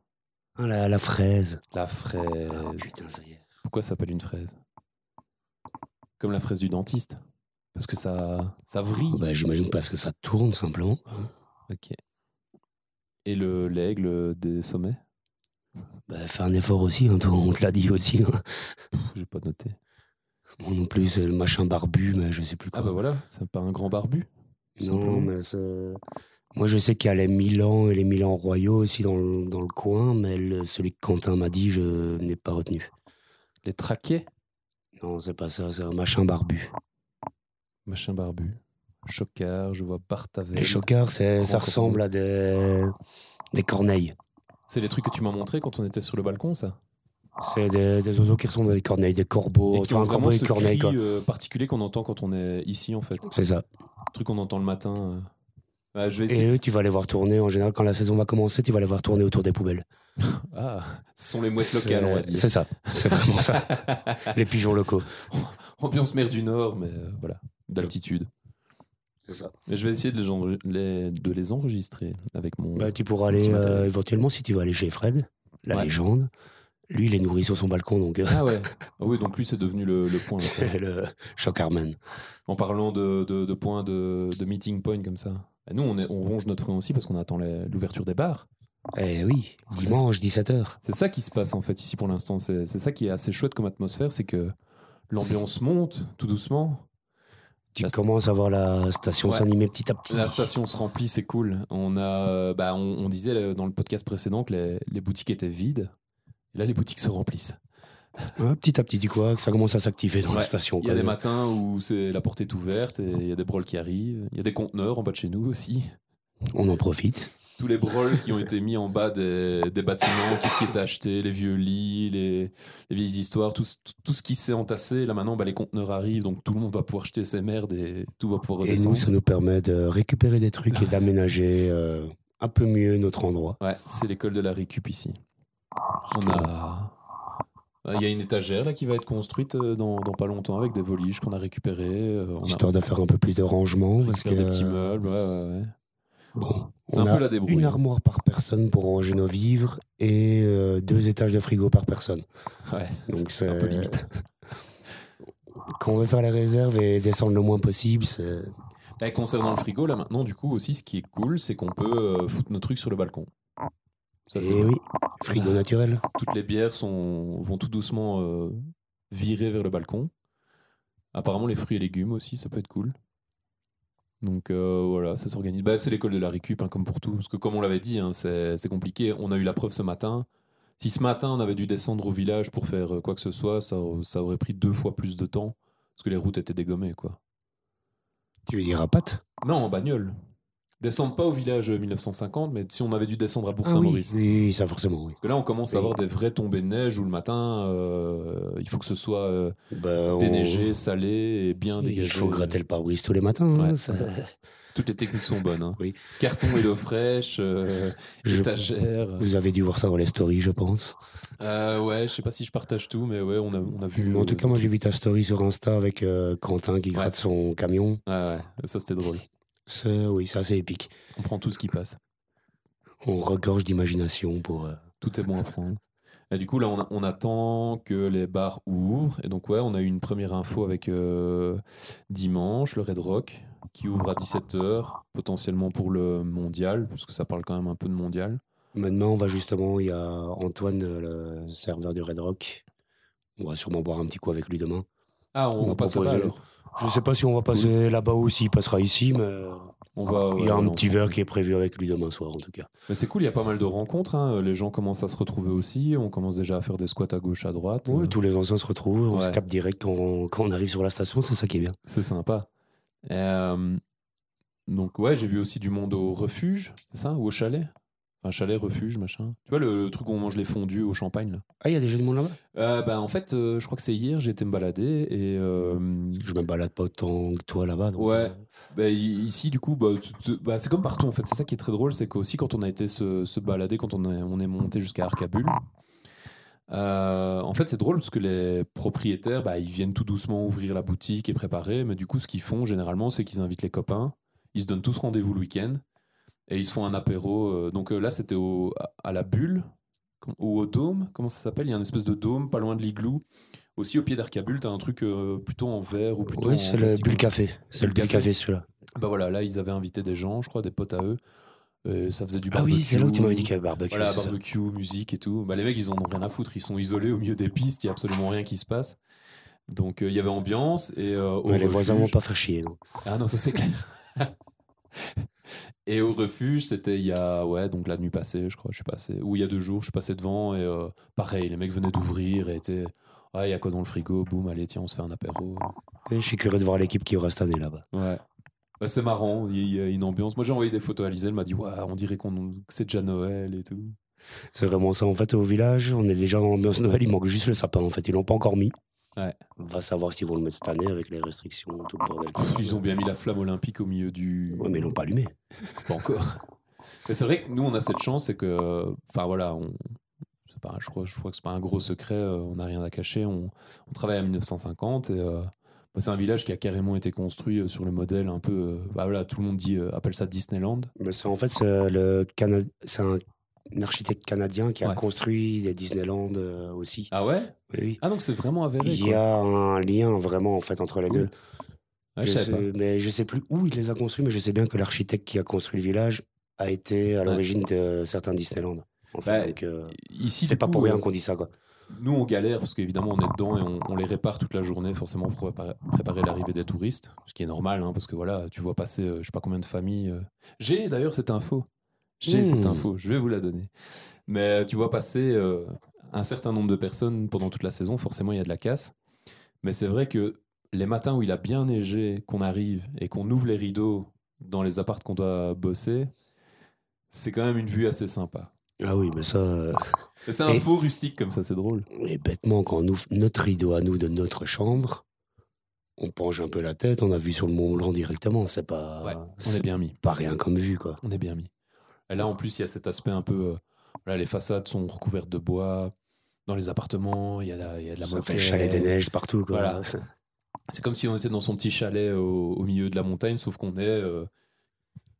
[SPEAKER 2] Ah, la, la fraise.
[SPEAKER 1] La fraise.
[SPEAKER 2] Ah, putain, ça y est.
[SPEAKER 1] Pourquoi ça s'appelle une fraise Comme la fraise du dentiste. Parce que ça, ça vrille.
[SPEAKER 2] Bah, J'imagine parce que ça tourne simplement.
[SPEAKER 1] Ok. Et le l'aigle des sommets
[SPEAKER 2] Bah, fais un effort aussi, hein, toi, on te l'a dit aussi. hein.
[SPEAKER 1] Pff, J'ai pas noté.
[SPEAKER 2] Moi non plus, c'est le machin barbu, mais je sais plus quoi.
[SPEAKER 1] Ah bah voilà, c'est pas un grand barbu. tout simplement.
[SPEAKER 2] Non, mais c'est- Moi, je sais qu'il y a les Milan et les Milan royaux aussi dans le, dans le coin, mais le- celui que Quentin m'a dit, je n'ai pas retenu.
[SPEAKER 1] Les traquets
[SPEAKER 2] Non, c'est pas ça, c'est un machin barbu.
[SPEAKER 1] Machin barbu. Chocard, je vois Bartavel.
[SPEAKER 2] Les chocards, c'est- ça
[SPEAKER 1] Grand
[SPEAKER 2] ressemble à des, des corneilles.
[SPEAKER 1] C'est les trucs que tu m'as montré quand on était sur le balcon, ça
[SPEAKER 2] C'est des, des oiseaux qui ressemblent à des corneilles, des corbeaux.
[SPEAKER 1] Et qui
[SPEAKER 2] Enfin,
[SPEAKER 1] ont
[SPEAKER 2] un
[SPEAKER 1] vraiment
[SPEAKER 2] corbeau et
[SPEAKER 1] ce
[SPEAKER 2] une corneille,
[SPEAKER 1] cri
[SPEAKER 2] quoi.
[SPEAKER 1] euh, particulier qu'on entend quand on est ici, en fait.
[SPEAKER 2] C'est ça.
[SPEAKER 1] Le truc qu'on entend le matin. euh. Ah, je vais essayer.
[SPEAKER 2] Et eux, tu vas les voir tourner. En général, quand la saison va commencer, tu vas les voir tourner autour des poubelles.
[SPEAKER 1] Ah, ce sont les mouettes
[SPEAKER 2] C'est-
[SPEAKER 1] locales, on va dire.
[SPEAKER 2] C'est ça. C'est vraiment
[SPEAKER 1] <laughs>
[SPEAKER 2] ça. les pigeons locaux.
[SPEAKER 1] Ambiance mer du Nord, mais euh, voilà, d'altitude.
[SPEAKER 2] C'est ça.
[SPEAKER 1] Mais je vais essayer de les, enre- les- de les enregistrer avec mon.
[SPEAKER 2] Bah, tu pourras
[SPEAKER 1] Petit
[SPEAKER 2] aller
[SPEAKER 1] matériel.
[SPEAKER 2] euh, éventuellement si tu vas aller chez Fred, la
[SPEAKER 1] Mmh, Ouais.
[SPEAKER 2] légende. Lui, il est nourri sur son balcon, donc euh,
[SPEAKER 1] <laughs> Ah ouais. Ah oui, donc lui, c'est devenu le, le point. maintenant.
[SPEAKER 2] <laughs> c'est le Chocarman.
[SPEAKER 1] En parlant de, de, de points de, de meeting point comme ça. Et nous, on, est, on ronge notre frein aussi parce qu'on attend la- l'ouverture des bars.
[SPEAKER 2] Eh oui,
[SPEAKER 1] Parce que
[SPEAKER 2] dimanche, 17h.
[SPEAKER 1] C'est ça qui se passe en fait ici pour l'instant. C'est c'est ça qui est assez chouette comme atmosphère, c'est que l'ambiance monte tout doucement.
[SPEAKER 2] Tu
[SPEAKER 1] La sta-
[SPEAKER 2] commences à voir la station
[SPEAKER 1] Ouais.
[SPEAKER 2] s'animer petit à petit.
[SPEAKER 1] La station se remplit, c'est cool. On a, euh, bah, on, on disait euh, dans le podcast précédent que les, les boutiques étaient vides. Et là, les boutiques se remplissent.
[SPEAKER 2] Ouais, Hein, petit à petit, tu vois, que ça commence à s'activer dans la
[SPEAKER 1] Ouais.
[SPEAKER 2] station.
[SPEAKER 1] Il y a
[SPEAKER 2] quoi.
[SPEAKER 1] des matins où c'est la porte est ouverte et il y a des brôles qui arrivent. Il y a des conteneurs en bas de chez nous aussi.
[SPEAKER 2] On en profite.
[SPEAKER 1] Tous les brôles qui ont été mis en bas des, des bâtiments, tout ce qui était acheté, les vieux lits, les, les vieilles histoires, tout, ce- tout ce qui s'est entassé. Là maintenant, bah, les conteneurs arrivent, donc tout le monde va pouvoir jeter ses merdes et tout va pouvoir
[SPEAKER 2] Et
[SPEAKER 1] redescendre.
[SPEAKER 2] nous, ça nous permet de récupérer des trucs
[SPEAKER 1] Ah.
[SPEAKER 2] et d'aménager euh, un peu mieux notre endroit.
[SPEAKER 1] Ouais, c'est l'école de la récup ici. On a. Il y a une étagère là qui va être construite euh, dans, dans pas longtemps avec des voliges qu'on a récupérées. euh, On a
[SPEAKER 2] Histoire de faire un peu plus de rangement. Parce que, euh,
[SPEAKER 1] récupéré des petits meubles. ouais, ouais, ouais.
[SPEAKER 2] bon,
[SPEAKER 1] C'est un
[SPEAKER 2] on a
[SPEAKER 1] peu la débrouille.
[SPEAKER 2] une armoire par personne pour ranger nos vivres et euh, deux étages de frigo par personne.
[SPEAKER 1] Ouais,
[SPEAKER 2] Donc
[SPEAKER 1] Mm. c'est un peu limite. <laughs>
[SPEAKER 2] Quand on veut faire la réserve et descendre le moins possible, c'est
[SPEAKER 1] Là, concernant le frigo, là maintenant, du coup, aussi, ce qui est cool, c'est qu'on peut euh, foutre nos trucs sur le balcon. Ça, c'est Ah.
[SPEAKER 2] Eh oui, frigo naturel.
[SPEAKER 1] Toutes les bières sont, vont tout doucement euh, virer vers le balcon. Apparemment, les fruits et légumes aussi, ça peut être cool. Donc euh, voilà, ça s'organise. Bah, c'est l'école de la récup, hein, comme pour tout. Parce que, comme on l'avait dit, hein, c'est c'est compliqué. On a eu la preuve ce matin. Si ce matin, on avait dû descendre au village pour faire euh, quoi que ce soit, ça, ça aurait pris deux fois plus de temps. Parce que les routes étaient dégommées, quoi.
[SPEAKER 2] Tu lui diras pâte
[SPEAKER 1] Non, en bagnole. Descendre pas au village euh, 1950, mais si on avait dû descendre à
[SPEAKER 2] Ah oui, oui,
[SPEAKER 1] Bourg-Saint-Maurice.
[SPEAKER 2] oui, ça forcément, oui.
[SPEAKER 1] Parce que là, on commence à
[SPEAKER 2] Oui.
[SPEAKER 1] avoir des vraies tombées de neige où le matin, euh, il faut que ce soit euh,
[SPEAKER 2] Bah, on-
[SPEAKER 1] déneigé, salé et bien dégagé.
[SPEAKER 2] Il faut gratter le pare-brise tous les matins. hein,
[SPEAKER 1] Ouais. <laughs>
[SPEAKER 2] ça-
[SPEAKER 1] Toutes les techniques sont bonnes. hein.
[SPEAKER 2] Oui.
[SPEAKER 1] Carton et l'eau fraîche, euh, <laughs>
[SPEAKER 2] Je-
[SPEAKER 1] étagère.
[SPEAKER 2] Vous avez dû voir ça dans les stories, je pense.
[SPEAKER 1] Euh, ouais, je sais pas si je partage tout, mais ouais, on a, on a vu.
[SPEAKER 2] en tout
[SPEAKER 1] euh,
[SPEAKER 2] cas, moi, j'ai vu ta story sur Insta avec euh, Quentin qui gratte son camion.
[SPEAKER 1] Ah ouais, ça c'était drôle.
[SPEAKER 2] C'est- Oui, c'est assez épique.
[SPEAKER 1] On prend tout ce qui passe.
[SPEAKER 2] On regorge d'imagination pour. euh,
[SPEAKER 1] Tout est bon à prendre. Et du coup, là, on, a- on attend que les bars ouvrent. Et donc, ouais, on a eu une première info avec euh, dimanche, le Red Rock, qui ouvre à 17h, potentiellement pour le mondial, parce que ça parle quand même un peu de mondial.
[SPEAKER 2] Maintenant, on va justement, il y a Antoine, euh, le serveur du Red Rock. On va sûrement boire un petit coup avec lui demain.
[SPEAKER 1] Ah, on,
[SPEAKER 2] On
[SPEAKER 1] passe là-bas
[SPEAKER 2] proposait-
[SPEAKER 1] alors.
[SPEAKER 2] Je sais pas si on va passer là-bas ou s'il passera ici, mais euh,
[SPEAKER 1] On va,
[SPEAKER 2] il y a
[SPEAKER 1] Ah, ouais,
[SPEAKER 2] un
[SPEAKER 1] non.
[SPEAKER 2] petit verre qui est prévu avec lui demain soir en tout cas.
[SPEAKER 1] Mais c'est cool, il y a pas mal de rencontres. hein. Les gens commencent à se retrouver aussi. On commence déjà à faire des squats à gauche, à droite.
[SPEAKER 2] Ouais,
[SPEAKER 1] Euh,
[SPEAKER 2] tous les anciens se retrouvent, on se
[SPEAKER 1] ouais.
[SPEAKER 2] capte direct quand on, quand on arrive sur la station, c'est ça qui est bien.
[SPEAKER 1] C'est sympa. Euh, donc ouais, j'ai vu aussi du monde au refuge, c'est ça Ou au chalet Enfin, chalet, refuge, machin. Tu vois le, le truc où on mange les fondus au champagne, là
[SPEAKER 2] Ah, il y a déjà du monde là-bas
[SPEAKER 1] Euh, ben, En fait, euh, je crois que c'est hier, j'ai été me balader et... euh,
[SPEAKER 2] Je me balade pas autant que toi là-bas. donc,
[SPEAKER 1] Ouais.
[SPEAKER 2] euh,
[SPEAKER 1] Bah, i- ici, du coup, bah, tu te- bah, c'est comme partout en fait. C'est ça qui est très drôle, c'est qu'aussi quand on a été se, se balader, quand on, est- on est monté jusqu'à Arcabule, euh, en fait, c'est drôle parce que les propriétaires, bah, ils viennent tout doucement ouvrir la boutique et préparer, mais du coup, ce qu'ils font généralement, c'est qu'ils invitent les copains, ils se donnent tous rendez-vous le week-end et ils se font un apéro. euh, donc euh, là, c'était au- à- à la Bulle com- ou au Dôme, comment ça s'appelle Il y a une espèce de dôme pas loin de l'Igloo. Aussi au pied d'Arcabule, t'as un truc euh, plutôt en verre ou plutôt en
[SPEAKER 2] Oui, c'est le
[SPEAKER 1] plastique.
[SPEAKER 2] bulle café. C'est le
[SPEAKER 1] Bulle
[SPEAKER 2] bulle
[SPEAKER 1] Café.
[SPEAKER 2] café celui-là.
[SPEAKER 1] Bah voilà, là ils avaient invité des gens, je crois, des potes à eux. Euh, ça faisait du
[SPEAKER 2] Ah
[SPEAKER 1] barbecue.
[SPEAKER 2] oui, c'est là où tu m'avais dit qu'il y avait barbecue.
[SPEAKER 1] Voilà,
[SPEAKER 2] c'est ça.
[SPEAKER 1] barbecue, musique et tout. Bah les mecs, ils en ont rien à foutre. Ils sont isolés au milieu des pistes, il y a absolument rien qui se passe. Donc euh, il y avait ambiance et euh, au
[SPEAKER 2] Ouais, les voisins vont
[SPEAKER 1] refuge-
[SPEAKER 2] pas faire chier. non.
[SPEAKER 1] Ah non, ça c'est clair. <laughs> et au refuge, c'était il y a ouais, donc la nuit passée, je crois, je suis passé ou il y a deux jours, je suis passé devant et euh, pareil, les mecs venaient d'ouvrir et étaient ouais, il y a quoi dans le frigo Boum, allez, tiens, on se fait un apéro.
[SPEAKER 2] Et Je suis curieux de voir l'équipe qui aura cette année là-bas.
[SPEAKER 1] Ouais. Bah, c'est marrant, il y a une ambiance. Moi j'ai envoyé des photos à Lise, elle m'a dit Waouh, on dirait qu'on que c'est déjà Noël et tout.
[SPEAKER 2] C'est vraiment ça. En fait, au village, on est déjà en ambiance Noël. Il manque juste le sapin. En fait, ils l'ont pas encore mis.
[SPEAKER 1] Ouais.
[SPEAKER 2] On va savoir s'ils vont le mettre cette année avec les restrictions, tout le bordel.
[SPEAKER 1] Ils ont bien mis la flamme olympique au milieu du.
[SPEAKER 2] Ouais, mais ils l'ont pas allumé.
[SPEAKER 1] Pas
[SPEAKER 2] <laughs>
[SPEAKER 1] encore. Mais c'est vrai que nous on a cette chance, c'est que. Enfin voilà, on. c'est Pas, je, crois, je crois que c'est pas un gros secret, euh, on n'a rien à cacher. On, on travaille à 1950 et euh, bah, c'est un village qui a carrément été construit euh, sur le modèle un peu. euh, bah, voilà, tout le monde dit, euh, appelle ça Disneyland.
[SPEAKER 2] Mais c'est en fait c'est le Cana- c'est un, un architecte canadien qui a
[SPEAKER 1] Ouais.
[SPEAKER 2] construit des Disneyland euh, aussi.
[SPEAKER 1] Ah ouais
[SPEAKER 2] Oui, oui.
[SPEAKER 1] Ah donc c'est vraiment avéré.
[SPEAKER 2] Il y
[SPEAKER 1] quoi.
[SPEAKER 2] a un lien vraiment en fait entre les
[SPEAKER 1] Cool.
[SPEAKER 2] deux.
[SPEAKER 1] Ah, je
[SPEAKER 2] Je
[SPEAKER 1] savais pas.
[SPEAKER 2] sais- mais je sais plus où il les a construits, mais je sais bien que l'architecte qui a construit le village a été à l'origine de certains Disneyland. En fait,
[SPEAKER 1] Bah,
[SPEAKER 2] donc, euh,
[SPEAKER 1] Ici,
[SPEAKER 2] c'est
[SPEAKER 1] du
[SPEAKER 2] pas
[SPEAKER 1] coup,
[SPEAKER 2] pour rien
[SPEAKER 1] euh,
[SPEAKER 2] qu'on dit ça, quoi.
[SPEAKER 1] Nous, on galère parce qu'évidemment, on est dedans et on, on les répare toute la journée, forcément, pour préparer, préparer l'arrivée des touristes. Ce qui est normal, hein, parce que voilà, tu vois passer euh, je sais pas combien de familles. euh. J'ai d'ailleurs cette info. J'ai
[SPEAKER 2] Mmh.
[SPEAKER 1] cette info, je vais vous la donner. Mais euh, tu vois passer euh, un certain nombre de personnes pendant toute la saison, forcément, il y a de la casse. Mais c'est vrai que les matins où il a bien neigé, qu'on arrive et qu'on ouvre les rideaux dans les appartes qu'on doit bosser, c'est quand même une vue assez sympa.
[SPEAKER 2] Ah oui, mais ça. euh,
[SPEAKER 1] Mais C'est un
[SPEAKER 2] Et-
[SPEAKER 1] faux rustique comme ça, c'est drôle.
[SPEAKER 2] et bêtement, quand on ouvre notre rideau à nous de notre chambre, on penche un peu la tête, on a vu sur le Mont Blanc directement. C'est pas.
[SPEAKER 1] Ouais, on est
[SPEAKER 2] c'est
[SPEAKER 1] bien mis.
[SPEAKER 2] pas rien comme vue, quoi.
[SPEAKER 1] On est bien mis. Et là, en plus, il y a cet aspect un peu. euh, voilà, les façades sont recouvertes de bois. Dans les appartements, il y a, la- il y a de la
[SPEAKER 2] Ça fait
[SPEAKER 1] moquette.
[SPEAKER 2] chalet des neiges partout, quoi.
[SPEAKER 1] <laughs> Voilà. C'est comme si on était dans son petit chalet au, au milieu de la montagne, sauf qu'on est euh,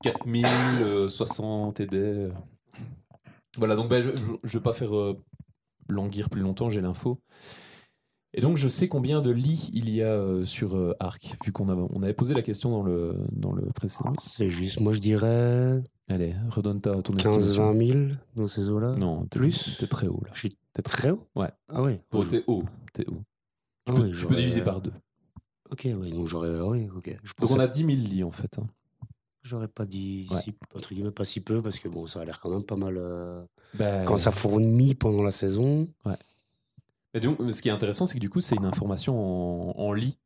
[SPEAKER 1] 4060 et des. euh. Voilà, donc ben, je ne vais pas faire euh, languir plus longtemps, j'ai l'info. Et donc, je sais combien de lits il y a euh, sur euh, Arc, vu qu'on avait, on avait posé la question dans le, dans le précédent.
[SPEAKER 2] C'est juste, moi je dirais
[SPEAKER 1] Allez, redonne ta, ton estimation.
[SPEAKER 2] 15-20 000 dans ces eaux-là.
[SPEAKER 1] Non, t'es-
[SPEAKER 2] Plus
[SPEAKER 1] T'es très haut là.
[SPEAKER 2] Je suis
[SPEAKER 1] T'es très.
[SPEAKER 2] très haut
[SPEAKER 1] Ouais.
[SPEAKER 2] Ah ouais.
[SPEAKER 1] Oh,
[SPEAKER 2] Je-
[SPEAKER 1] t'es haut. T'es haut.
[SPEAKER 2] ah
[SPEAKER 1] Je peux-
[SPEAKER 2] ouais,
[SPEAKER 1] je peux
[SPEAKER 2] j'aurais-
[SPEAKER 1] diviser par deux.
[SPEAKER 2] Ok, ouais, donc j'aurais. Oui, ok. Je
[SPEAKER 1] euh, Donc
[SPEAKER 2] pensais
[SPEAKER 1] on a 10 000 lits en fait. hein.
[SPEAKER 2] J'aurais pas dit,
[SPEAKER 1] Ouais.
[SPEAKER 2] si- entre guillemets, pas si peu, parce que bon, ça a l'air quand même pas mal. euh,
[SPEAKER 1] Ben,
[SPEAKER 2] Quand ça fournit pendant la saison,
[SPEAKER 1] mais donc, mais ce qui est intéressant, c'est que du coup, c'est une information en, en lit.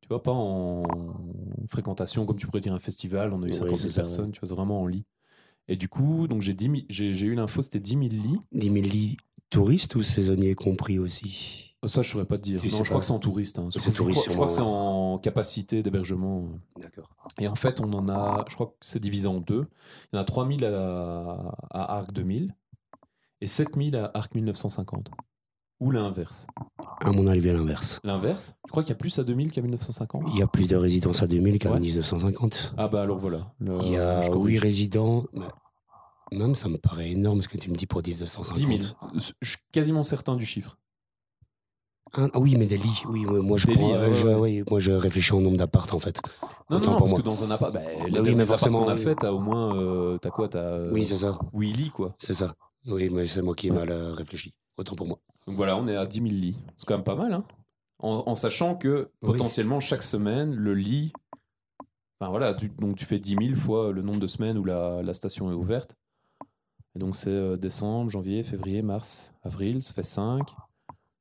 [SPEAKER 1] Tu vois, pas en fréquentation, comme tu pourrais dire un festival, on a eu
[SPEAKER 2] Oui,
[SPEAKER 1] 50
[SPEAKER 2] c'est
[SPEAKER 1] 000
[SPEAKER 2] ça,
[SPEAKER 1] personnes, tu vois, c'est vraiment en lit. Et du coup, donc j'ai 10 000 j'ai j'ai eu l'info, c'était 10 000 lits.
[SPEAKER 2] 10 000 lits touristes ou saisonniers compris aussi
[SPEAKER 1] Oh, Ça, je saurais pas te dire.
[SPEAKER 2] Tu
[SPEAKER 1] Non,
[SPEAKER 2] sais
[SPEAKER 1] je
[SPEAKER 2] pas.
[SPEAKER 1] crois que c'est en touriste. hein.
[SPEAKER 2] C'est
[SPEAKER 1] Je crois-
[SPEAKER 2] touriste,
[SPEAKER 1] Je crois que c'est
[SPEAKER 2] sûrement,
[SPEAKER 1] en capacité d'hébergement. euh,
[SPEAKER 2] D'accord.
[SPEAKER 1] Et en fait, on en a, je crois que c'est divisé en deux. Il y en a 3000 à, à Arc 2000 et 7000 à Arc 1950. Ou l'inverse.
[SPEAKER 2] À mon avis, à l'inverse.
[SPEAKER 1] L'inverse Tu crois qu'il y a plus à 2000 qu'à 1950
[SPEAKER 2] Il y a plus de résidences à 2000 qu'à
[SPEAKER 1] Ouais.
[SPEAKER 2] 1950.
[SPEAKER 1] Ah bah alors voilà. Le-
[SPEAKER 2] Il y a
[SPEAKER 1] je
[SPEAKER 2] 8
[SPEAKER 1] corrige.
[SPEAKER 2] résidents. Même ça me paraît énorme ce que tu me dis pour 1950.
[SPEAKER 1] 10 000. Je suis quasiment certain du chiffre.
[SPEAKER 2] Un- ah oui, mais des lits. Oui, oui, moi je,
[SPEAKER 1] Des
[SPEAKER 2] prends-
[SPEAKER 1] lits,
[SPEAKER 2] euh,
[SPEAKER 1] ouais,
[SPEAKER 2] je-
[SPEAKER 1] ouais.
[SPEAKER 2] oui, moi je réfléchis au nombre d'appartes en fait.
[SPEAKER 1] Non, non,
[SPEAKER 2] Autant
[SPEAKER 1] non,
[SPEAKER 2] pour
[SPEAKER 1] parce
[SPEAKER 2] moi.
[SPEAKER 1] que dans un appart, bah,
[SPEAKER 2] oui,
[SPEAKER 1] les
[SPEAKER 2] mais
[SPEAKER 1] mais
[SPEAKER 2] forcément,
[SPEAKER 1] qu'on a
[SPEAKER 2] oui.
[SPEAKER 1] fait, t'as au moins, euh, t'as quoi T'as euh,
[SPEAKER 2] Oui, c'est ça.
[SPEAKER 1] huit lits, quoi.
[SPEAKER 2] C'est ça. Oui, mais c'est moi qui ai
[SPEAKER 1] Ouais.
[SPEAKER 2] mal euh, réfléchi. Autant pour moi.
[SPEAKER 1] Donc voilà, on est à 10 000 lits. C'est quand même pas mal, hein en, en sachant que
[SPEAKER 2] Oui.
[SPEAKER 1] potentiellement chaque semaine, le lit. Enfin voilà, tu- donc tu fais 10 000 fois le nombre de semaines où la, la station est ouverte. Et donc c'est euh, décembre, janvier, février, mars, avril, ça fait 5.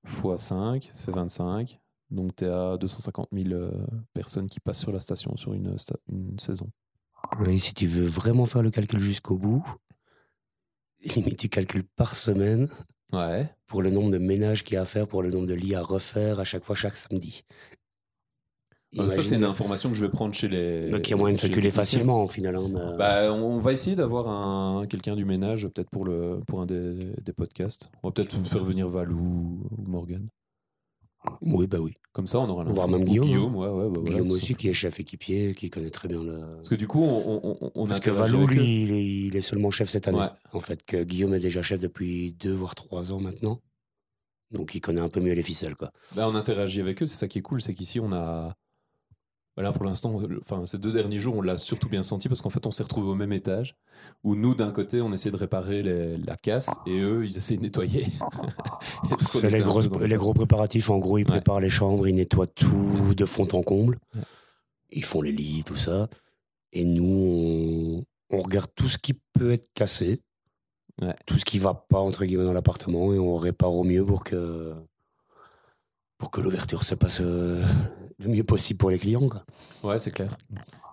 [SPEAKER 1] Fois 5, ça fait 25. Donc tu es à 250 000 euh, personnes qui passent sur la station sur une, sta- une saison.
[SPEAKER 2] Oui, si tu veux vraiment faire le calcul jusqu'au bout, limite tu calcules par semaine
[SPEAKER 1] Ouais.
[SPEAKER 2] pour le nombre de ménages qu'il y a à faire, pour le nombre de lits à refaire à chaque fois, chaque samedi.
[SPEAKER 1] Euh, ça, c'est une
[SPEAKER 2] Imagine-
[SPEAKER 1] information que je vais prendre chez les.
[SPEAKER 2] Donc il y a moyen de
[SPEAKER 1] chez les
[SPEAKER 2] calculer
[SPEAKER 1] techniciens.
[SPEAKER 2] facilement au final. hein, mais-
[SPEAKER 1] Bah, on va essayer d'avoir un, quelqu'un du ménage, peut-être pour, le, pour un des, des podcasts. On va peut-être vous faire venir Valou ou Morgan.
[SPEAKER 2] Oui, bah oui.
[SPEAKER 1] Comme ça, on aura
[SPEAKER 2] Voire
[SPEAKER 1] l'info.
[SPEAKER 2] même
[SPEAKER 1] Ou
[SPEAKER 2] Guillaume, hein.
[SPEAKER 1] ouais, ouais, bah, voilà,
[SPEAKER 2] Guillaume
[SPEAKER 1] tout
[SPEAKER 2] aussi,
[SPEAKER 1] simplement.
[SPEAKER 2] qui est chef équipier, qui connaît très bien le.
[SPEAKER 1] Parce que du coup, on, on, on- on
[SPEAKER 2] Parce que
[SPEAKER 1] interagit
[SPEAKER 2] Valou,
[SPEAKER 1] avec eux.
[SPEAKER 2] lui, il est, il est seulement chef cette année.
[SPEAKER 1] Ouais.
[SPEAKER 2] En fait, que Guillaume est déjà chef depuis deux voire trois ans maintenant. Donc il connaît un peu mieux les ficelles, quoi.
[SPEAKER 1] Là, Bah, on interagit avec eux. C'est ça qui est cool, c'est qu'ici, on a. Voilà, pour l'instant, le- enfin, ces deux derniers jours, on l'a surtout bien senti parce qu'en fait, on s'est retrouvés au même étage où nous, d'un côté, on essayait de réparer les- la casse et eux, ils essayaient de nettoyer. <laughs> Et donc, on
[SPEAKER 2] C'est
[SPEAKER 1] était
[SPEAKER 2] les,
[SPEAKER 1] un peu
[SPEAKER 2] grosses-
[SPEAKER 1] dans le
[SPEAKER 2] les
[SPEAKER 1] tas.
[SPEAKER 2] gros préparatifs. En gros, ils
[SPEAKER 1] Ouais.
[SPEAKER 2] préparent les chambres, ils nettoient tout de fond en comble. Ils font les lits, tout ça. Et nous, on, on regarde tout ce qui peut être cassé,
[SPEAKER 1] Ouais.
[SPEAKER 2] tout ce qui va pas, entre guillemets, dans l'appartement, et on répare au mieux pour que, pour que l'ouverture se passe euh, le mieux possible pour les clients. quoi.
[SPEAKER 1] Ouais, c'est clair.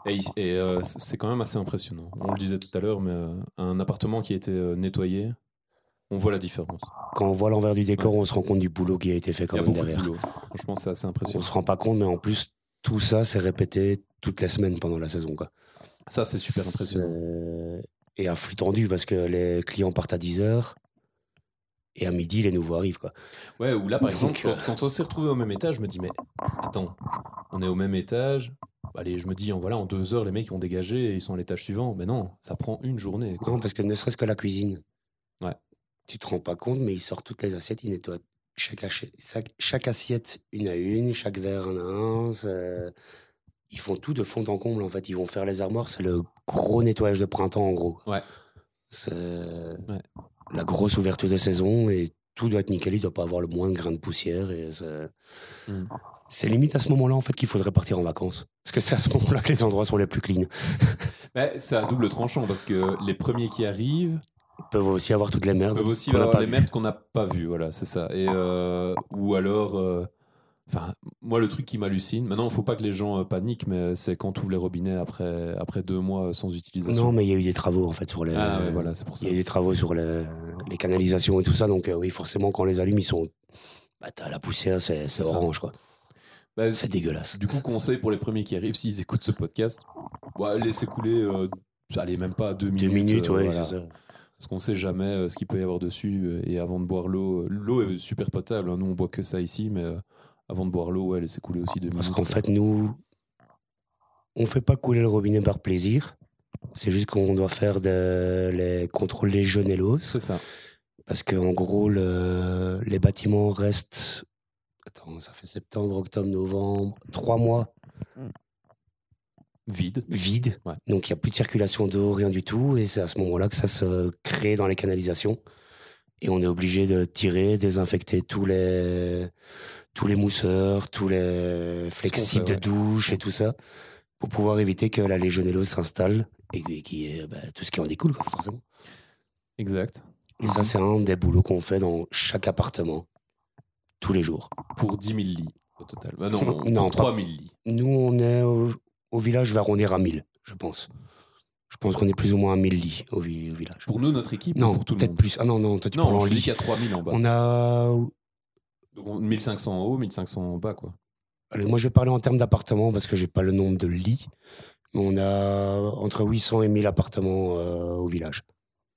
[SPEAKER 1] Et, il- et, euh, c- c'est quand même assez impressionnant. On le disait tout à l'heure, mais euh, un appartement qui a été euh, nettoyé, on voit la différence.
[SPEAKER 2] Quand on voit l'envers du décor, on se rend compte du boulot qui a été fait
[SPEAKER 1] Il
[SPEAKER 2] quand
[SPEAKER 1] y a
[SPEAKER 2] même
[SPEAKER 1] beaucoup de
[SPEAKER 2] derrière.
[SPEAKER 1] boulot. Franchement, c'est assez
[SPEAKER 2] On
[SPEAKER 1] impressionnant.
[SPEAKER 2] se rend pas compte, mais en plus, tout ça, c'est répété toutes les semaines pendant la saison. Quoi.
[SPEAKER 1] Ça, c'est super impressionnant.
[SPEAKER 2] C'est- Et à flux tendu, parce que les clients partent à 10h, et à midi, les nouveaux arrivent. Quoi.
[SPEAKER 1] Ouais, ou là, par
[SPEAKER 2] Donc,
[SPEAKER 1] exemple,
[SPEAKER 2] euh,
[SPEAKER 1] quand, quand on s'est retrouvé au même étage, je me dis, mais attends, on est au même étage. Bah, Allez, je me dis, en, voilà, en deux heures, les mecs ont dégagé et ils sont à l'étage suivant. Mais non, ça prend une journée. quoi.
[SPEAKER 2] Non, parce que ne serait-ce que la cuisine.
[SPEAKER 1] Ouais.
[SPEAKER 2] Tu te rends pas compte, mais ils sortent toutes les assiettes, ils nettoient chaque, ache- chaque, chaque assiette une à une, chaque verre un à un. c'est- Ils font tout de fond en comble, en fait. Ils vont faire les armoires, c'est le gros nettoyage de printemps, en gros.
[SPEAKER 1] Ouais.
[SPEAKER 2] C'est la grosse ouverture de saison et tout doit être nickel, il doit pas avoir le moins de grains de poussière. et c'est-
[SPEAKER 1] Mm.
[SPEAKER 2] C'est limite à ce moment-là, en fait, qu'il faudrait partir en vacances. Parce que c'est à ce moment-là que les endroits sont les plus clean.
[SPEAKER 1] Ouais, c'est à double tranchant parce que les premiers qui arrivent,
[SPEAKER 2] Ils peuvent aussi avoir toutes les merdes.
[SPEAKER 1] peuvent Euh, aussi
[SPEAKER 2] qu'on n'a
[SPEAKER 1] avoir
[SPEAKER 2] pas
[SPEAKER 1] les
[SPEAKER 2] vues.
[SPEAKER 1] merdes qu'on n'a pas vues, voilà, c'est ça. Et, euh, ou alors, euh, enfin, moi, le truc qui m'hallucine, maintenant, il faut pas que les gens euh, paniquent, mais c'est quand ouvre les robinets après, après deux mois euh, sans utilisation.
[SPEAKER 2] Non, mais il y a eu des travaux en fait sur les.
[SPEAKER 1] Ah, ouais, voilà, c'est pour
[SPEAKER 2] Il
[SPEAKER 1] ça.
[SPEAKER 2] y a eu des travaux sur les, les canalisations et tout ça, donc euh, oui, forcément, quand on les allume, ils sont. Bah, t'as la poussière, c'est
[SPEAKER 1] C'est
[SPEAKER 2] c'est
[SPEAKER 1] ça.
[SPEAKER 2] orange, quoi.
[SPEAKER 1] Bah,
[SPEAKER 2] C'est dégueulasse.
[SPEAKER 1] du coup, conseil pour les premiers qui arrivent, s'ils écoutent ce podcast, bah, laissez couler, euh, allez, même pas deux minutes.
[SPEAKER 2] Deux minutes,
[SPEAKER 1] euh,
[SPEAKER 2] ouais,
[SPEAKER 1] voilà.
[SPEAKER 2] c'est ça.
[SPEAKER 1] Parce qu'on sait jamais euh, ce qu'il peut y avoir dessus. euh, Et avant de boire l'eau, euh, l'eau est super potable, hein, nous, on boit que ça ici, mais euh, avant de boire l'eau, ouais, laissez couler aussi deux
[SPEAKER 2] Parce
[SPEAKER 1] minutes.
[SPEAKER 2] qu'en fait, nous, on fait pas couler le robinet par plaisir. C'est juste qu'on doit faire de- les contrôles des genellos.
[SPEAKER 1] C'est ça.
[SPEAKER 2] Parce que, en gros, le- les bâtiments restent. Attends, ça fait septembre, octobre, novembre, trois mois
[SPEAKER 1] Vide.
[SPEAKER 2] vide.
[SPEAKER 1] Ouais.
[SPEAKER 2] Donc il n'y a plus de circulation d'eau, rien du tout. Et c'est à ce moment-là que ça se crée dans les canalisations. Et on est obligé de tirer, désinfecter tous les, tous les mousseurs, tous les flexibles
[SPEAKER 1] fait, ouais.
[SPEAKER 2] de douche et tout ça, pour pouvoir éviter que la légionellose s'installe et qui- qui est bah, tout ce qui en découle, quoi, forcément.
[SPEAKER 1] Exact.
[SPEAKER 2] Et
[SPEAKER 1] Mhm.
[SPEAKER 2] ça, c'est un des boulots qu'on fait dans chaque appartement, tous les jours.
[SPEAKER 1] pour 10 000 lits au total. Bah non, pour
[SPEAKER 2] Non, pas-
[SPEAKER 1] 3 000 lits.
[SPEAKER 2] Nous, on est au, au village, je vais arrondir à 1000, je pense. Je pense qu'on est plus ou moins à 1000 lits au, vi- au village.
[SPEAKER 1] Pour nous, notre équipe,
[SPEAKER 2] Non,
[SPEAKER 1] pour tout le
[SPEAKER 2] peut-être
[SPEAKER 1] monde.
[SPEAKER 2] plus. Ah non, non, toi tu parles
[SPEAKER 1] non,
[SPEAKER 2] en
[SPEAKER 1] je dis
[SPEAKER 2] lit.
[SPEAKER 1] qu'il y a 3 000 en bas.
[SPEAKER 2] On a.
[SPEAKER 1] Donc, on- 1500 en haut, 1500 en bas, quoi.
[SPEAKER 2] Allez, moi je vais parler en termes d'appartements parce que j'ai pas le nombre de lits. Mais on a entre 800 et 1000 appartements euh, au village.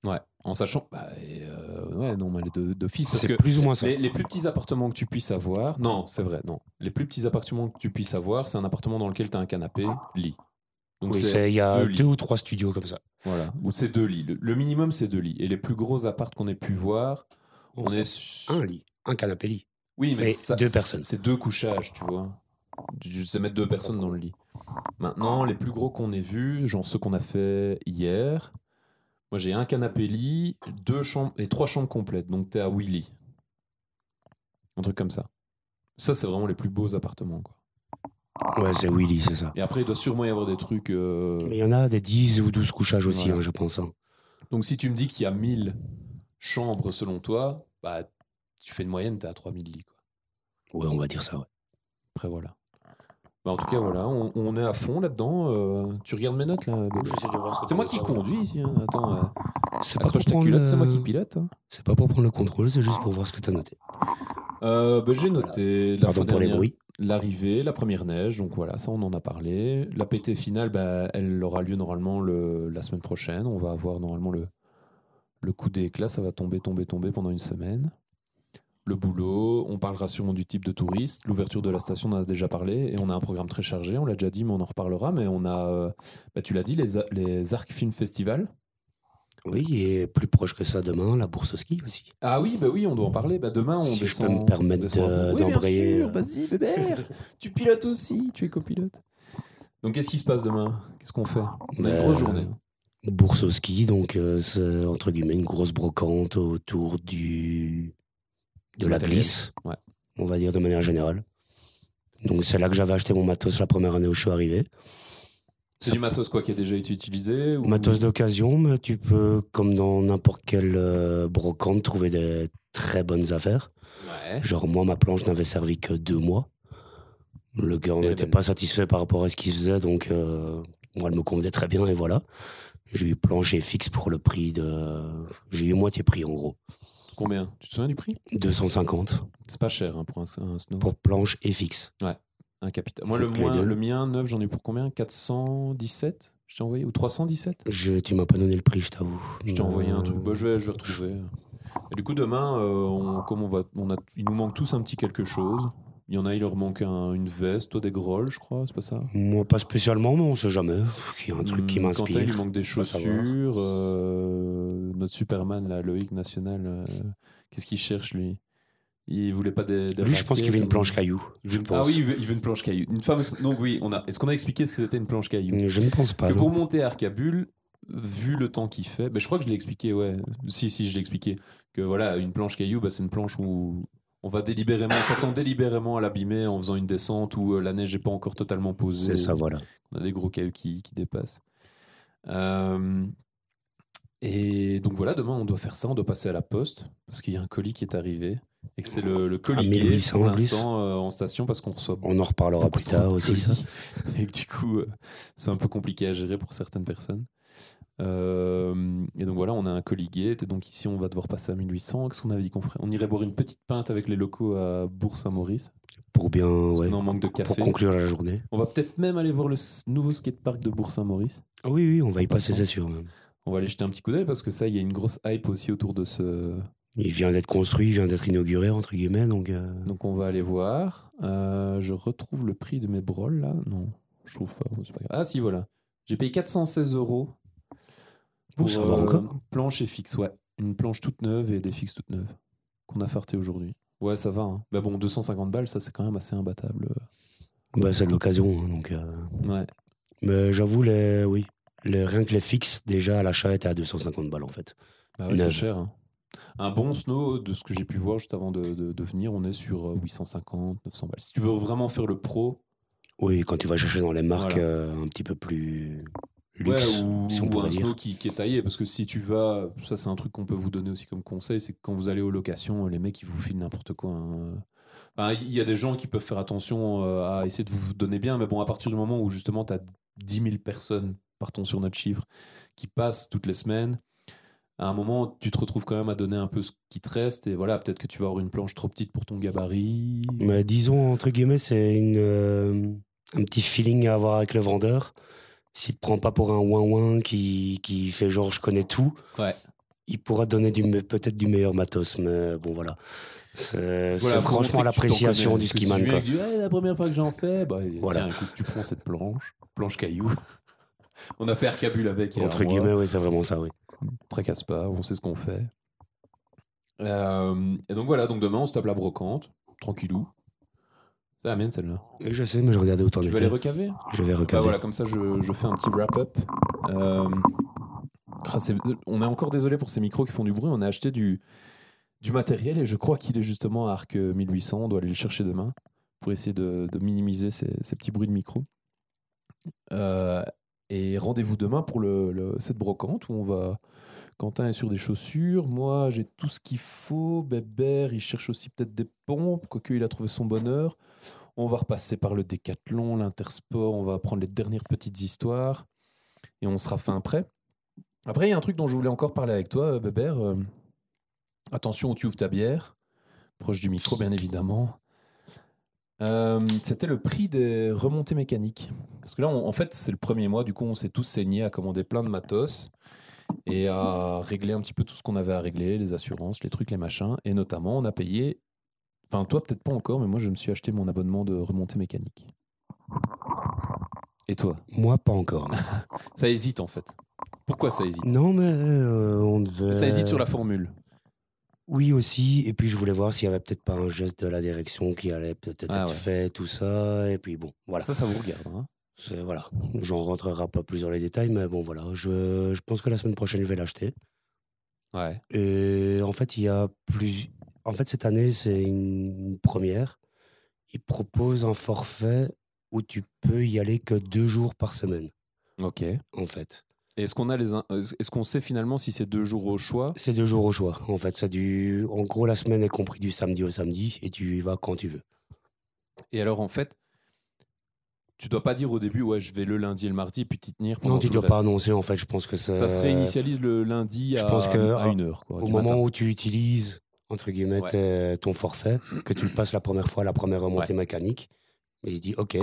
[SPEAKER 1] Ouais, en sachant... Bah, et, euh, ouais, non, mais les deux d'office, parce
[SPEAKER 2] C'est
[SPEAKER 1] que
[SPEAKER 2] plus ou moins ça.
[SPEAKER 1] les, les plus petits appartements que tu puisses avoir... Non, c'est vrai, non. Les plus petits appartements que tu puisses avoir, c'est un appartement dans lequel tu as un canapé, lit. Donc
[SPEAKER 2] Oui,
[SPEAKER 1] c'est-
[SPEAKER 2] c'est- il y a
[SPEAKER 1] deux lits.
[SPEAKER 2] deux, ou trois studios comme ça.
[SPEAKER 1] Voilà, ou c'est deux lits. Le, le minimum, c'est deux lits. Et les plus gros appartes qu'on ait pu voir, on, est... su-
[SPEAKER 2] Un lit, un canapé lit.
[SPEAKER 1] Oui, mais,
[SPEAKER 2] Mais
[SPEAKER 1] ça-
[SPEAKER 2] deux
[SPEAKER 1] c'est-
[SPEAKER 2] personnes.
[SPEAKER 1] C'est deux couchages, tu vois. Tu- tu sais mettre deux personnes dans le lit. Maintenant, les plus gros qu'on ait vus, genre ceux qu'on a fait hier, moi j'ai un canapé-lit, deux chambres et trois chambres complètes. Donc t'es à Willy. Un truc comme ça. Ça, c'est vraiment les plus beaux appartements. Quoi.
[SPEAKER 2] Ouais, c'est Willy, c'est ça.
[SPEAKER 1] Et après, il doit sûrement y avoir des trucs. euh,
[SPEAKER 2] Mais il y en a des 10 ou 12 couchages aussi,
[SPEAKER 1] Voilà.
[SPEAKER 2] hein, je pense. hein.
[SPEAKER 1] Donc, si tu me dis qu'il y a 1000 chambres selon toi, bah, tu fais une moyenne, tu à 3000 lits. Quoi.
[SPEAKER 2] Ouais, on va dire ça, ouais.
[SPEAKER 1] Après, voilà. Bah, en tout cas, voilà, on, on est à fond là-dedans. euh, tu regardes mes notes là Bob C'est moi qui conduis ici. hein. Attends, euh,
[SPEAKER 2] C'est pas, pour
[SPEAKER 1] accroche ta
[SPEAKER 2] prendre,
[SPEAKER 1] culotte, c'est moi qui
[SPEAKER 2] euh,
[SPEAKER 1] pilote. hein.
[SPEAKER 2] c'est pas pour prendre le contrôle, c'est juste pour voir ce que t'as noté.
[SPEAKER 1] Euh, bah, J'ai noté la
[SPEAKER 2] Pardon
[SPEAKER 1] fois
[SPEAKER 2] pour les
[SPEAKER 1] dernière,
[SPEAKER 2] bruits.
[SPEAKER 1] l'arrivée, la première neige. Donc voilà, ça on en a parlé. La pété finale, bah, elle aura lieu normalement le- la semaine prochaine. On va avoir normalement le, le coup d'éclat. Ça va tomber, tomber, tomber pendant une semaine. Le boulot, on parlera sûrement du type de touriste. L'ouverture de la station, on en a déjà parlé. Et on a un programme très chargé, on l'a déjà dit, mais on en reparlera. Mais on a, euh, bah, tu l'as dit, les, a- les Arc Film Festival.
[SPEAKER 2] Oui, et plus proche que ça, demain, la bourse au ski aussi.
[SPEAKER 1] Ah oui, bah oui, on doit en parler. Bah demain, on
[SPEAKER 2] Si je
[SPEAKER 1] descend.
[SPEAKER 2] peux me permettre
[SPEAKER 1] on descend.
[SPEAKER 2] de-
[SPEAKER 1] Oui, bien
[SPEAKER 2] d'embrayer,
[SPEAKER 1] sûr,
[SPEAKER 2] euh.
[SPEAKER 1] vas-y, Bébert. tu pilotes aussi, tu es copilote. Donc, qu'est-ce qui se passe demain Qu'est-ce qu'on fait On a une
[SPEAKER 2] Ben,
[SPEAKER 1] grosse journée.
[SPEAKER 2] Bourse au ski, donc euh, c'est entre guillemets une grosse brocante autour du de
[SPEAKER 1] Du
[SPEAKER 2] la
[SPEAKER 1] matériel.
[SPEAKER 2] glisse,
[SPEAKER 1] Ouais.
[SPEAKER 2] on va dire de manière générale. Donc c'est là que j'avais acheté mon matos la première année où je suis arrivé.
[SPEAKER 1] C'est du matos quoi qui a déjà été utilisé ou-
[SPEAKER 2] Matos d'occasion, mais tu peux, comme dans n'importe quelle euh, brocante, trouver des très bonnes affaires.
[SPEAKER 1] Ouais.
[SPEAKER 2] Genre moi, ma planche n'avait servi que deux mois. Le gars
[SPEAKER 1] Elle est
[SPEAKER 2] n'était
[SPEAKER 1] belle.
[SPEAKER 2] pas satisfait par rapport à ce qu'il faisait, donc euh, moi, elle me convenait très bien, et voilà. J'ai eu planche et fixe pour le prix de... J'ai eu moitié prix, en gros.
[SPEAKER 1] Combien Tu te souviens du prix
[SPEAKER 2] 250
[SPEAKER 1] C'est pas cher hein, pour un, un snow.
[SPEAKER 2] pour planche et fixe.
[SPEAKER 1] Un capital. Moi, le,
[SPEAKER 2] Donc, les
[SPEAKER 1] moins-
[SPEAKER 2] deux.
[SPEAKER 1] le mien, neuf, j'en ai eu pour combien 417 Je t'ai envoyé Ou 317
[SPEAKER 2] Je, tu m'as pas donné le prix, je t'avoue.
[SPEAKER 1] Je t'ai envoyé un
[SPEAKER 2] Euh,
[SPEAKER 1] truc. Bah, je, vais, je vais retrouver. Et du coup, demain, euh, on- comme on va, on a, il nous manque tous un petit quelque chose. Il y en a, il leur manque un- une veste, toi des grolles, je crois, c'est pas ça
[SPEAKER 2] Moi, pas spécialement, mais on sait jamais. Il y a un truc qui
[SPEAKER 1] Hmm, Quentin, il
[SPEAKER 2] m'inspire.
[SPEAKER 1] manque des
[SPEAKER 2] Faut savoir.
[SPEAKER 1] chaussures. euh, notre Superman, là, Loïc National, euh, qu'est-ce qu'il cherche, lui Il voulait pas des. des
[SPEAKER 2] Lui, je pense qu'il veut
[SPEAKER 1] raquettes,
[SPEAKER 2] une planche caillou. Je
[SPEAKER 1] Ah
[SPEAKER 2] pense.
[SPEAKER 1] oui, il veut, il veut une planche caillou. Une fameuse. Donc, oui, on a. Est-ce qu'on a expliqué ce que c'était une planche caillou
[SPEAKER 2] Je ne pense pas.
[SPEAKER 1] que
[SPEAKER 2] non.
[SPEAKER 1] pour monter à Arcabule, vu le temps qu'il fait, ben je crois que je l'ai expliqué, ouais. Si, si, je l'ai expliqué. Que voilà, une planche caillou, ben c'est une planche où on va délibérément, on s'attend délibérément à l'abîmer en faisant une descente où euh, la neige n'est pas encore totalement posée.
[SPEAKER 2] C'est ça, voilà.
[SPEAKER 1] On a des gros cailloux qui, qui dépassent. Euh, et donc voilà, demain on doit faire ça, on doit passer à la poste parce qu'il y a un colis qui est arrivé et que c'est le, le
[SPEAKER 2] Ah,
[SPEAKER 1] colis qui est
[SPEAKER 2] 1800
[SPEAKER 1] pour
[SPEAKER 2] en plus.
[SPEAKER 1] l'instant euh, en station parce qu'on reçoit
[SPEAKER 2] On en reparlera plus tard aussi, ça.
[SPEAKER 1] <laughs> et que du coup, euh, c'est un peu compliqué à gérer pour certaines personnes. Euh, et donc voilà, on a un colligate. Et donc ici, on va devoir passer à 1800. Qu'est-ce qu'on avait dit qu'on ferait On irait boire une petite pinte avec les locaux à Bourg-Saint-Maurice.
[SPEAKER 2] Pour bien.
[SPEAKER 1] Parce
[SPEAKER 2] Ouais,
[SPEAKER 1] qu'on est en manque de
[SPEAKER 2] pour
[SPEAKER 1] café.
[SPEAKER 2] conclure la journée.
[SPEAKER 1] On va peut-être même aller voir le s- nouveau skatepark de Bourg-Saint-Maurice.
[SPEAKER 2] Ah Oui, oui, on va y passer, c'est sûr. même.
[SPEAKER 1] On va aller jeter un petit coup d'œil parce que ça, il y a une grosse hype aussi autour de ce.
[SPEAKER 2] Il vient d'être construit, il vient d'être inauguré, entre guillemets, donc. euh,
[SPEAKER 1] Donc on va aller voir. Euh, je retrouve le prix de mes brolles là. Non, je trouve pas. c'est pas grave. Ah si, voilà. J'ai payé 416 euros euh,
[SPEAKER 2] Bon, ça va encore.
[SPEAKER 1] Planche et fixe, ouais. Une planche toute neuve et des fixes toutes neuves qu'on a farté aujourd'hui. Ouais, ça va. Hein. Bah bon, 250 balles, ça c'est quand même assez imbattable.
[SPEAKER 2] Bah, c'est de l'occasion, hein, donc. euh,
[SPEAKER 1] Ouais.
[SPEAKER 2] Mais j'avoue, les... oui. Les... rien que les fixes, déjà, à l'achat, était à 250 balles, en fait.
[SPEAKER 1] Bah ouais, c'est
[SPEAKER 2] Neuve.
[SPEAKER 1] cher. hein. Un bon snow, de ce que j'ai pu voir juste avant de, de- de venir, on est sur euh, 850, 900 balles. Si tu veux vraiment faire le pro,
[SPEAKER 2] Oui, quand tu vas chercher dans les marques
[SPEAKER 1] Voilà.
[SPEAKER 2] euh, un petit peu plus luxe,
[SPEAKER 1] Ouais, ou,
[SPEAKER 2] si on
[SPEAKER 1] ou
[SPEAKER 2] pourrait
[SPEAKER 1] un
[SPEAKER 2] dire.
[SPEAKER 1] snow qui, qui est taillé. Parce que si tu vas, ça c'est un truc qu'on peut vous donner aussi comme conseil, c'est que quand vous allez aux locations, les mecs ils vous filent n'importe quoi. hein. Enfin, Il y a des gens qui peuvent faire attention euh, à essayer de vous donner bien, mais bon, à partir du moment où justement tu as 10 000 personnes, partons sur notre chiffre, qui passent toutes les semaines, à un moment tu te retrouves quand même à donner un peu ce qui te reste, et voilà, peut-être que tu vas avoir une planche trop petite pour ton gabarit.
[SPEAKER 2] Mais disons, entre guillemets, c'est une, euh, un petit feeling à avoir avec le vendeur. S'il te prend pas pour un ouin-ouin qui, qui fait genre je connais tout,
[SPEAKER 1] Ouais.
[SPEAKER 2] il pourra te donner du me- peut-être du meilleur matos, mais bon voilà. C'est
[SPEAKER 1] Voilà,
[SPEAKER 2] c'est
[SPEAKER 1] faut montrer
[SPEAKER 2] franchement
[SPEAKER 1] que tu t'en
[SPEAKER 2] l'appréciation
[SPEAKER 1] connais.
[SPEAKER 2] du
[SPEAKER 1] Parce que
[SPEAKER 2] skiman.
[SPEAKER 1] Si tu
[SPEAKER 2] quoi.
[SPEAKER 1] viens et que tu dis, Ouais, la première fois que j'en fais, bah,
[SPEAKER 2] Voilà.
[SPEAKER 1] tiens, écoute, tu prends cette planche, planche caillou. <laughs> On a fait Arcabule avec. il y a
[SPEAKER 2] Entre
[SPEAKER 1] un mois.
[SPEAKER 2] guillemets, oui, c'est vraiment ça, oui.
[SPEAKER 1] Tracasse pas, on sait ce qu'on fait. Euh, et donc voilà, donc demain on se tape la brocante, tranquillou. C'est la mienne celle-là.
[SPEAKER 2] Et je sais, mais je regardais autant
[SPEAKER 1] euh, Tu
[SPEAKER 2] de
[SPEAKER 1] veux aller recaver
[SPEAKER 2] Je vais
[SPEAKER 1] Bah
[SPEAKER 2] recaver.
[SPEAKER 1] voilà, comme ça je, je fais un petit wrap-up. Euh, ah, c'est- on est encore désolé pour ces micros qui font du bruit. On a acheté du, du matériel et je crois qu'il est justement à Arc 1800. On doit aller le chercher demain. pour essayer de, de minimiser ces, ces petits bruits de micro. Euh, et rendez-vous demain pour le, le- cette brocante où on va. Quentin est sur des chaussures, moi j'ai tout ce qu'il faut. Bébert, il cherche aussi peut-être des pompes, quoique il a trouvé son bonheur. On va repasser par le décathlon, l'intersport, on va apprendre les dernières petites histoires et on sera fin prêt. Après, il y a un truc dont je voulais encore parler avec toi, euh, Bébert. Euh, attention où tu ouvres ta bière, proche du micro, bien évidemment. Euh, C'était le prix des remontées mécaniques. Parce que là, on- en fait, c'est le premier mois, du coup, on s'est tous saignés à commander plein de matos et à régler un petit peu tout ce qu'on avait à régler, les assurances, les trucs, les machins. Et notamment, on a payé. Enfin, toi, peut-être pas encore, mais moi, je me suis acheté mon abonnement de remontée mécanique. Et toi
[SPEAKER 2] Moi,
[SPEAKER 1] <laughs>
[SPEAKER 2] pas encore. non.
[SPEAKER 1] Ça hésite, en fait. Pourquoi ça hésite
[SPEAKER 2] Non, mais euh, on devait.
[SPEAKER 1] Ça hésite sur la formule.
[SPEAKER 2] Oui, aussi. Et puis, je voulais voir s'il y avait peut-être pas un geste de la direction qui allait peut-être
[SPEAKER 1] Ah
[SPEAKER 2] être
[SPEAKER 1] ouais.
[SPEAKER 2] fait, tout ça. Et puis, bon, voilà.
[SPEAKER 1] Ça, ça vous regarde. hein.
[SPEAKER 2] C'est- Voilà, j'en rentrerai pas plus dans les détails, mais bon, voilà, je, je pense que la semaine prochaine, je vais l'acheter.
[SPEAKER 1] Ouais.
[SPEAKER 2] Et en fait, il y a plus. En fait, cette année, c'est une première. Ils proposent un forfait où tu peux y aller que deux jours par semaine,
[SPEAKER 1] Ok. Et
[SPEAKER 2] en fait.
[SPEAKER 1] Est-ce qu'on a les, in- est-ce est-ce qu'on sait finalement si c'est deux jours au choix
[SPEAKER 2] C'est deux jours au choix, en fait. C'est du... En gros, la semaine est compris du samedi au samedi et tu y vas quand tu veux.
[SPEAKER 1] Et alors, en fait, tu dois pas dire au début, ouais, je vais le lundi et le mardi, et puis t'y tenir. pendant
[SPEAKER 2] Non, tu
[SPEAKER 1] tout
[SPEAKER 2] dois
[SPEAKER 1] le
[SPEAKER 2] pas
[SPEAKER 1] reste.
[SPEAKER 2] annoncer, en fait. Je pense que ça.
[SPEAKER 1] Ça se réinitialise le lundi à,
[SPEAKER 2] je pense que,
[SPEAKER 1] à
[SPEAKER 2] ah,
[SPEAKER 1] une heure. Quoi,
[SPEAKER 2] Au
[SPEAKER 1] du
[SPEAKER 2] moment
[SPEAKER 1] matin.
[SPEAKER 2] où tu utilises, entre guillemets,
[SPEAKER 1] Ouais.
[SPEAKER 2] tes- ton forfait, que tu le passes la première fois, la première remontée mécanique, mais il dit OK,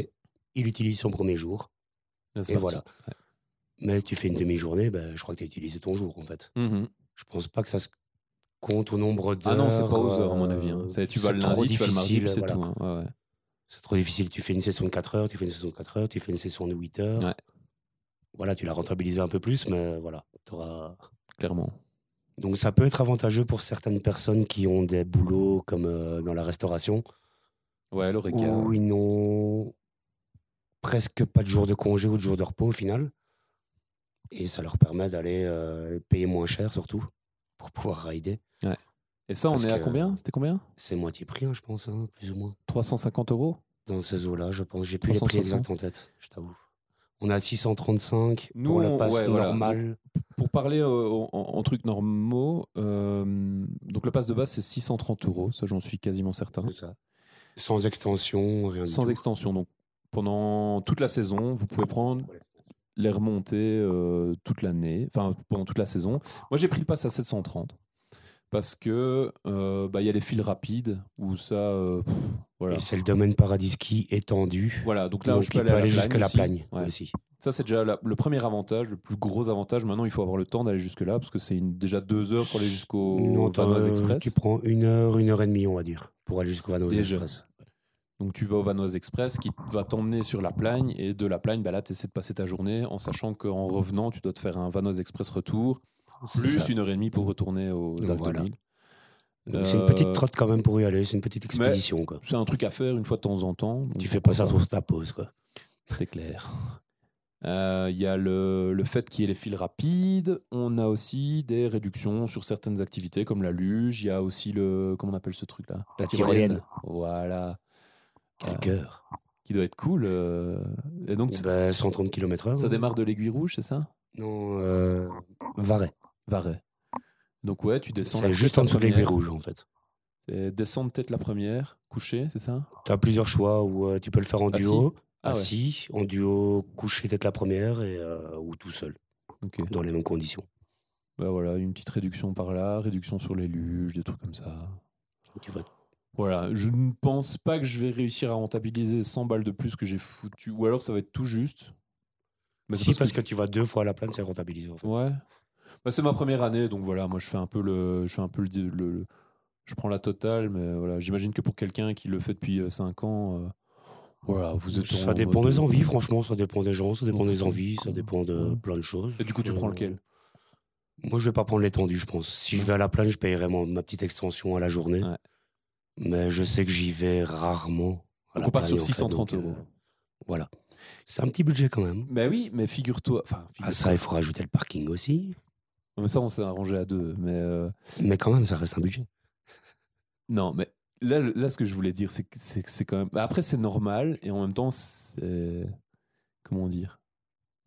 [SPEAKER 2] il utilise son premier jour,
[SPEAKER 1] Là, c'est
[SPEAKER 2] et
[SPEAKER 1] parti.
[SPEAKER 2] voilà. Mais tu fais une demi-journée, ben, je crois que tu as utilisé ton jour, en fait.
[SPEAKER 1] Mhm.
[SPEAKER 2] Je pense pas que ça se compte au nombre d'heures.
[SPEAKER 1] Ah non, c'est pas aux heures, à mon
[SPEAKER 2] euh,
[SPEAKER 1] avis. hein. C'est- Tu vas le
[SPEAKER 2] trop
[SPEAKER 1] lundi, tu vas le mardi,
[SPEAKER 2] difficile,
[SPEAKER 1] puis c'est
[SPEAKER 2] voilà.
[SPEAKER 1] tout. hein. Ouais, ouais.
[SPEAKER 2] C'est trop difficile. Tu fais une session de 4 heures, tu fais une session de 4 heures, tu fais une session de 8 heures.
[SPEAKER 1] Ouais.
[SPEAKER 2] Voilà, tu l'as rentabilisé un peu plus, mais voilà, t'auras-
[SPEAKER 1] Clairement.
[SPEAKER 2] Donc ça peut être avantageux pour certaines personnes qui ont des boulots comme euh, dans la restauration,
[SPEAKER 1] Ouais, l'oreca.
[SPEAKER 2] où ils n'ont presque pas de jour de congé ou de jour de repos au final. Et ça leur permet d'aller euh, payer moins cher surtout pour pouvoir rider.
[SPEAKER 1] Et ça, on
[SPEAKER 2] parce
[SPEAKER 1] est à
[SPEAKER 2] que-
[SPEAKER 1] combien C'était combien
[SPEAKER 2] C'est moitié prix, hein, je pense, hein, plus ou moins.
[SPEAKER 1] 350 euros
[SPEAKER 2] Dans ces eaux-là, je pense. J'ai plus les prix
[SPEAKER 1] 360.
[SPEAKER 2] exacts en tête, je t'avoue. On a 635
[SPEAKER 1] Nous,
[SPEAKER 2] pour
[SPEAKER 1] on-
[SPEAKER 2] le pass
[SPEAKER 1] ouais, voilà.
[SPEAKER 2] normal.
[SPEAKER 1] Pour parler euh, en, en- en trucs normaux, euh, donc le pass de base, c'est 630 euros. Ça, j'en suis quasiment certain.
[SPEAKER 2] C'est ça. Sans extension, rien du
[SPEAKER 1] Sans
[SPEAKER 2] tout.
[SPEAKER 1] extension. Donc, pendant toute la saison, vous pouvez prendre les remontées euh, toute l'année, enfin pendant toute la saison. Moi, j'ai pris le pass à 730 parce que euh, bah, il y a les fils rapides où ça, euh, pff, voilà.
[SPEAKER 2] Et c'est le domaine paradis-ski étendu.
[SPEAKER 1] Voilà, donc là,
[SPEAKER 2] Donc,
[SPEAKER 1] je peux
[SPEAKER 2] il
[SPEAKER 1] aller,
[SPEAKER 2] peut
[SPEAKER 1] à
[SPEAKER 2] aller jusqu'à la
[SPEAKER 1] aussi.
[SPEAKER 2] plagne
[SPEAKER 1] Ouais.
[SPEAKER 2] aussi.
[SPEAKER 1] Ça, c'est déjà la- le premier avantage, le plus gros avantage. Maintenant, il faut avoir le temps d'aller jusque-là parce que c'est une- déjà deux heures pour aller jusqu'au
[SPEAKER 2] Non, t'as,
[SPEAKER 1] Vanoise
[SPEAKER 2] euh,
[SPEAKER 1] Express.
[SPEAKER 2] Qui prend une heure, une heure et demie, on va dire, pour aller jusqu'au Vanoise
[SPEAKER 1] Déjà.
[SPEAKER 2] Express.
[SPEAKER 1] Donc, tu vas au Vanoise Express qui va t'emmener sur la Plagne et de la Plagne, bah, là, tu essaies de passer ta journée en sachant qu'en revenant, tu dois te faire un Vanoise Express retour
[SPEAKER 2] C'est
[SPEAKER 1] plus
[SPEAKER 2] ça.
[SPEAKER 1] une heure et demie pour retourner aux
[SPEAKER 2] Donc,
[SPEAKER 1] Alpes
[SPEAKER 2] voilà.
[SPEAKER 1] de Mille.
[SPEAKER 2] Donc, c'est une
[SPEAKER 1] Euh,
[SPEAKER 2] petite trotte quand même pour y aller, c'est une petite expédition. Quoi.
[SPEAKER 1] C'est un truc à faire une fois de temps en temps. donc
[SPEAKER 2] Tu fais
[SPEAKER 1] pourquoi
[SPEAKER 2] pas ça sur ta pause. Quoi.
[SPEAKER 1] C'est clair. Euh, Il y a le, le fait qu'il y ait les fils rapides. On a aussi des réductions sur certaines activités comme la luge. Il y a aussi le. Comment on appelle ce truc-là
[SPEAKER 2] La tyrolienne.
[SPEAKER 1] Voilà.
[SPEAKER 2] Quel
[SPEAKER 1] Euh,
[SPEAKER 2] cœur.
[SPEAKER 1] Qui doit être cool. euh. Et donc,
[SPEAKER 2] Eh
[SPEAKER 1] ça-
[SPEAKER 2] ben, 130 km/h.
[SPEAKER 1] ça
[SPEAKER 2] hein.
[SPEAKER 1] démarre de l'aiguille rouge, c'est ça
[SPEAKER 2] Non, euh, Varay.
[SPEAKER 1] Varay. Donc, ouais, tu descends. la
[SPEAKER 2] C'est juste
[SPEAKER 1] tête
[SPEAKER 2] en dessous
[SPEAKER 1] la
[SPEAKER 2] de l'aiguille
[SPEAKER 1] première.
[SPEAKER 2] rouge, en fait.
[SPEAKER 1] Et Descendre peut-être la première, coucher, c'est ça
[SPEAKER 2] Tu as plusieurs choix où euh, tu peux le faire en
[SPEAKER 1] Assis.
[SPEAKER 2] duo,
[SPEAKER 1] Ah ouais.
[SPEAKER 2] assis, en duo, couché tête la première, et, euh, ou tout seul,
[SPEAKER 1] Ok.
[SPEAKER 2] dans les mêmes conditions.
[SPEAKER 1] Bah voilà, une petite réduction par là, réduction sur les luges, des trucs comme ça.
[SPEAKER 2] Tu vas
[SPEAKER 1] Voilà, je ne pense pas que je vais réussir à rentabiliser 100 balles de plus que j'ai foutu. Ou alors ça va être tout juste. Mais c'est
[SPEAKER 2] si, parce que tu vas deux fois à la plaine, c'est rentabilisé. En fait.
[SPEAKER 1] Ouais. Bah, c'est ma première année, donc voilà, moi je fais un peu le. Je fais un peu le. le- le- je prends la totale, mais voilà, j'imagine que pour quelqu'un qui le fait depuis 5 ans, euh, voilà, vous êtes. en
[SPEAKER 2] Ça dépend
[SPEAKER 1] mode- euh,
[SPEAKER 2] des envies, franchement, ça dépend des gens, ça dépend
[SPEAKER 1] Ouais.
[SPEAKER 2] des envies, ça dépend de
[SPEAKER 1] Ouais.
[SPEAKER 2] plein de choses.
[SPEAKER 1] Et du coup, tu
[SPEAKER 2] Euh,
[SPEAKER 1] prends lequel
[SPEAKER 2] Moi, je vais pas prendre l'étendue, je pense. Si je vais à la plage, je paierai mon- ma petite extension à la journée.
[SPEAKER 1] Ouais.
[SPEAKER 2] Mais je sais que j'y vais rarement. à
[SPEAKER 1] Donc
[SPEAKER 2] la
[SPEAKER 1] on part sur
[SPEAKER 2] plage, en fait,
[SPEAKER 1] 630
[SPEAKER 2] donc, euh,
[SPEAKER 1] euros.
[SPEAKER 2] Voilà. C'est un petit budget quand même.
[SPEAKER 1] Mais oui, mais figure-toi. Enfin,
[SPEAKER 2] À
[SPEAKER 1] figure
[SPEAKER 2] ça, il faut rajouter le parking aussi.
[SPEAKER 1] ça, on s'est arrangé à deux, mais. euh,
[SPEAKER 2] Mais quand même, ça reste un budget.
[SPEAKER 1] Non, mais là, le- là, ce que je voulais dire, c'est que c'est que c'est quand même. bah, Après, c'est normal et en même temps, c'est. Comment dire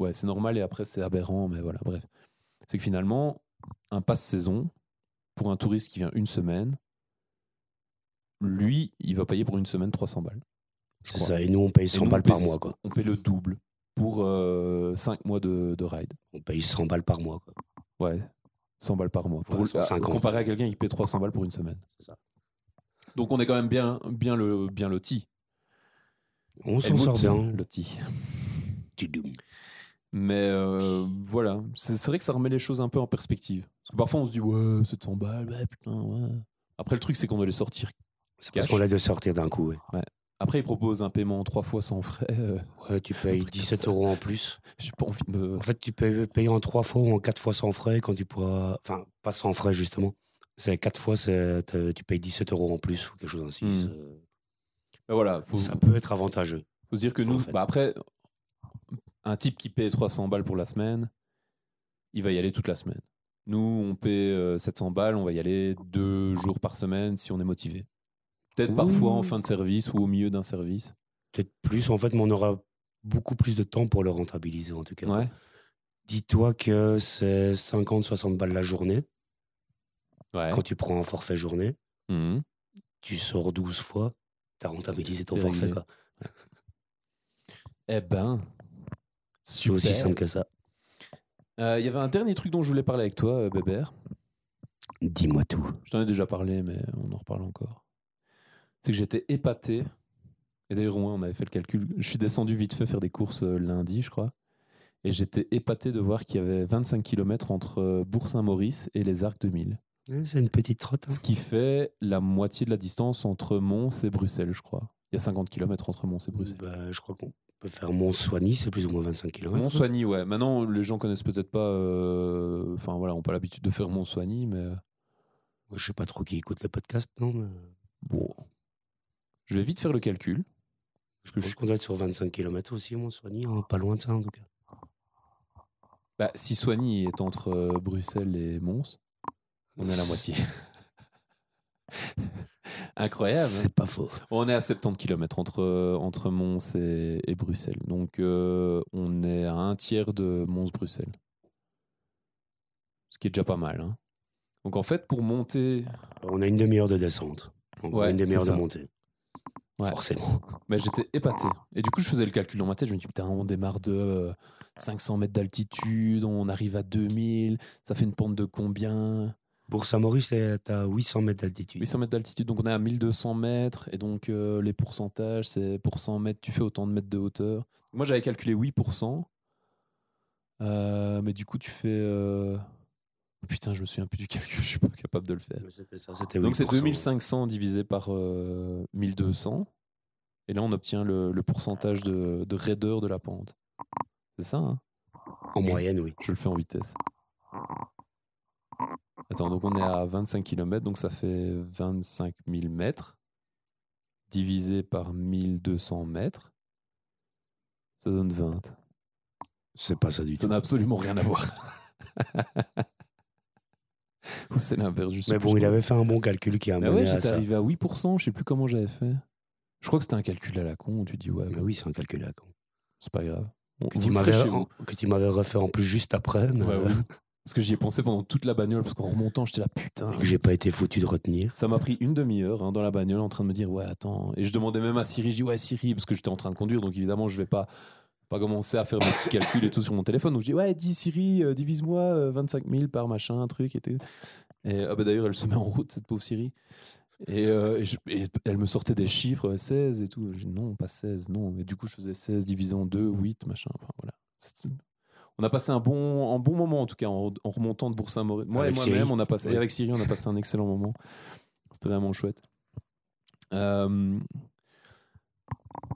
[SPEAKER 1] Ouais, c'est normal et après, c'est aberrant, mais voilà, bref. C'est que finalement, un passe-saison, pour un touriste qui vient une semaine, lui, il va payer pour une semaine 300 balles. je
[SPEAKER 2] C'est
[SPEAKER 1] crois.
[SPEAKER 2] ça. Et nous, on paye
[SPEAKER 1] Et
[SPEAKER 2] 100
[SPEAKER 1] nous, on
[SPEAKER 2] balles par
[SPEAKER 1] paye-
[SPEAKER 2] mois. Quoi.
[SPEAKER 1] On paye le double pour 5 mois de, de ride.
[SPEAKER 2] On paye 100 balles par mois. Quoi.
[SPEAKER 1] Ouais, 100 balles par mois. Pour,
[SPEAKER 2] Ouais, 150.
[SPEAKER 1] à- comparé à quelqu'un qui paie 300 balles pour une semaine.
[SPEAKER 2] C'est ça.
[SPEAKER 1] Donc on est quand même bien, bien, le, bien loti.
[SPEAKER 2] On s'en sort bien.
[SPEAKER 1] Loti.
[SPEAKER 2] Tidoum.
[SPEAKER 1] Mais euh, voilà, c'est c'est vrai que ça remet les choses un peu en perspective. Parce que parfois on se dit, ouais, 700 balles, ouais, putain, ouais. Après le truc, c'est qu'on doit les sortir.
[SPEAKER 2] C'est parce
[SPEAKER 1] Cash. Ah
[SPEAKER 2] qu'on a de sortir d'un coup. Ouais,
[SPEAKER 1] Après, ils proposent un paiement trois fois sans frais. <laughs> euh,
[SPEAKER 2] Ouais, tu payes
[SPEAKER 1] truc comme
[SPEAKER 2] 17
[SPEAKER 1] ça.
[SPEAKER 2] euros en plus.
[SPEAKER 1] J'ai pas envie de me.
[SPEAKER 2] En fait, tu peux payer en 3 fois ou en 4 fois sans frais quand tu pourras. Enfin, pas sans frais, justement. C'est 4 fois, c'est- t'as- tu payes 17 euros en plus ou quelque chose ainsi.
[SPEAKER 1] Hmm.
[SPEAKER 2] C'est-
[SPEAKER 1] Ben voilà, faut,
[SPEAKER 2] Ça peut être avantageux.
[SPEAKER 1] faut se dire que
[SPEAKER 2] en
[SPEAKER 1] nous,
[SPEAKER 2] fait.
[SPEAKER 1] bah après, un type qui paie 300 balles pour la semaine, il va y aller toute la semaine. Nous, on paie euh, 700 balles, on va y aller deux jours par semaine si on est motivé. Peut-être parfois en
[SPEAKER 2] Ouh.
[SPEAKER 1] fin de service ou au milieu d'un service.
[SPEAKER 2] Peut-être plus. En fait, mais on aura beaucoup plus de temps pour le rentabiliser, en tout cas.
[SPEAKER 1] Ouais.
[SPEAKER 2] Dis-toi que c'est 50-60 balles la journée.
[SPEAKER 1] Ouais.
[SPEAKER 2] Quand tu prends un forfait journée,
[SPEAKER 1] Mhm.
[SPEAKER 2] tu sors 12 fois, t'as rentabilisé ton
[SPEAKER 1] C'est
[SPEAKER 2] forfait.
[SPEAKER 1] réglé.
[SPEAKER 2] quoi.
[SPEAKER 1] Eh ben,
[SPEAKER 2] C'est
[SPEAKER 1] super.
[SPEAKER 2] aussi simple que ça.
[SPEAKER 1] Euh, Il y avait un dernier truc dont je voulais parler avec toi, euh, Bébert.
[SPEAKER 2] Dis-moi tout.
[SPEAKER 1] Je t'en ai déjà parlé, mais on en reparle encore. C'est que j'étais épaté. Et d'ailleurs, ouais, on avait fait le calcul. Je suis descendu vite fait faire des courses euh, lundi, je crois. Et j'étais épaté de voir qu'il y avait 25 km entre euh, Bourg-Saint-Maurice et les Arcs 2000.
[SPEAKER 2] Hein, C'est une petite trotte. hein.
[SPEAKER 1] Ce qui fait la moitié de la distance entre Mons et Bruxelles, je crois. Il y a 50 km entre Mons et Bruxelles.
[SPEAKER 2] Bah, je crois qu'on peut faire Mont-Soigny, c'est plus ou moins 25 km.
[SPEAKER 1] Mont-Soigny, ouais. Maintenant, les gens connaissent peut-être pas. euh, Enfin, voilà, on n'a pas l'habitude de faire Mont-Soigny, mais. euh,
[SPEAKER 2] Je sais pas trop qui écoute le podcast, non mais
[SPEAKER 1] Bon. Je vais vite faire le calcul. Parce que
[SPEAKER 2] Je
[SPEAKER 1] je-
[SPEAKER 2] pense qu'on doit être sur 25 km aussi, Mont-Soigny, hein, pas loin de ça en tout cas.
[SPEAKER 1] bah, si Soigny est entre euh, Bruxelles et Mons, on est à la moitié. <laughs> Incroyable. hein.
[SPEAKER 2] C'est pas faux.
[SPEAKER 1] On est à 70 km entre, euh, entre Mons et, et Bruxelles. Donc euh, on est à un tiers de Mons-Bruxelles. Ce qui est déjà pas mal. hein. Donc en fait, pour monter.
[SPEAKER 2] On a une demi-heure de descente. Donc on a
[SPEAKER 1] Ouais,
[SPEAKER 2] une demi-heure
[SPEAKER 1] c'est
[SPEAKER 2] de
[SPEAKER 1] ça.
[SPEAKER 2] montée.
[SPEAKER 1] Ouais.
[SPEAKER 2] Forcément.
[SPEAKER 1] Mais j'étais épaté. Et du coup, je faisais le calcul dans ma tête. Je me dis, putain, on démarre de euh, 500 mètres d'altitude, on arrive à 2000, ça fait une pente de combien
[SPEAKER 2] Bourg-Saint-Maurice est à 800 mètres d'altitude.
[SPEAKER 1] 800 mètres d'altitude, donc on est à 1200 mètres. Et donc, euh, les pourcentages, c'est pour 100 mètres, tu fais autant de mètres de hauteur. Moi, j'avais calculé 8%. Euh, mais du coup, tu fais. euh, Putain, je me souviens plus du calcul, <laughs> je suis pas capable de le faire.
[SPEAKER 2] Mais C'était ça, c'était
[SPEAKER 1] Donc c'est
[SPEAKER 2] 8%, ouais.
[SPEAKER 1] 2500 divisé par euh, 1200. Et là, on obtient le, le pourcentage de, de raideur de la pente. C'est ça, hein
[SPEAKER 2] En moyenne, oui.
[SPEAKER 1] je le fais en vitesse. Attends, donc on est à 25 km, donc ça fait 25 000 mètres. Divisé par 1200 mètres, ça donne 20.
[SPEAKER 2] C'est pas ça du
[SPEAKER 1] Ça
[SPEAKER 2] tout.
[SPEAKER 1] n'a absolument rien à voir. <laughs> Ou c'est l'inverse, je sais
[SPEAKER 2] Mais
[SPEAKER 1] plus
[SPEAKER 2] bon, il
[SPEAKER 1] comment-
[SPEAKER 2] avait fait un bon calcul qui a
[SPEAKER 1] Mais
[SPEAKER 2] amené
[SPEAKER 1] Ah ouais,
[SPEAKER 2] à
[SPEAKER 1] j'étais
[SPEAKER 2] ça.
[SPEAKER 1] arrivé à 8%, je sais plus comment j'avais fait. Je crois que c'était un calcul à la con, où tu dis ouais,
[SPEAKER 2] Mais oui, c'est un calcul à con.
[SPEAKER 1] c'est pas grave. Bon,
[SPEAKER 2] Que
[SPEAKER 1] euh, vous
[SPEAKER 2] tu
[SPEAKER 1] le ferez
[SPEAKER 2] m'avais
[SPEAKER 1] chez vous.
[SPEAKER 2] que tu m'avais refait en plus juste après. <laughs> euh, Mais
[SPEAKER 1] Ouais, oui. Parce que j'y ai pensé pendant toute la bagnole, parce qu'en remontant, j'étais là, putain.
[SPEAKER 2] et que j'ai pas été foutu de retenir.
[SPEAKER 1] Ça m'a pris une demi-heure hein, dans la bagnole en train de me dire ouais attends et je demandais même à Siri je dis ouais Siri parce que j'étais en train de conduire donc évidemment je vais pas pas commencer à faire mes petits calculs et tout sur mon téléphone donc je dis ouais dis Siri euh, divise-moi euh, 25 000 par machin un truc et, tout. et ah bah, d'ailleurs elle se met en route cette pauvre Siri et, euh, et je- et elle me sortait des chiffres euh, 16 et tout Je dis, non pas 16 non et du coup je faisais 16 divisé en 2 8 machin enfin voilà C'est- on a passé un bon, un bon moment en tout cas en, en remontant de Bourg-Saint-Maurice. Moi
[SPEAKER 2] Avec
[SPEAKER 1] et
[SPEAKER 2] Siri.
[SPEAKER 1] moi-même, on a passé et
[SPEAKER 2] Ouais.
[SPEAKER 1] avec Siri, on a passé un excellent moment. C'était vraiment chouette. Euh,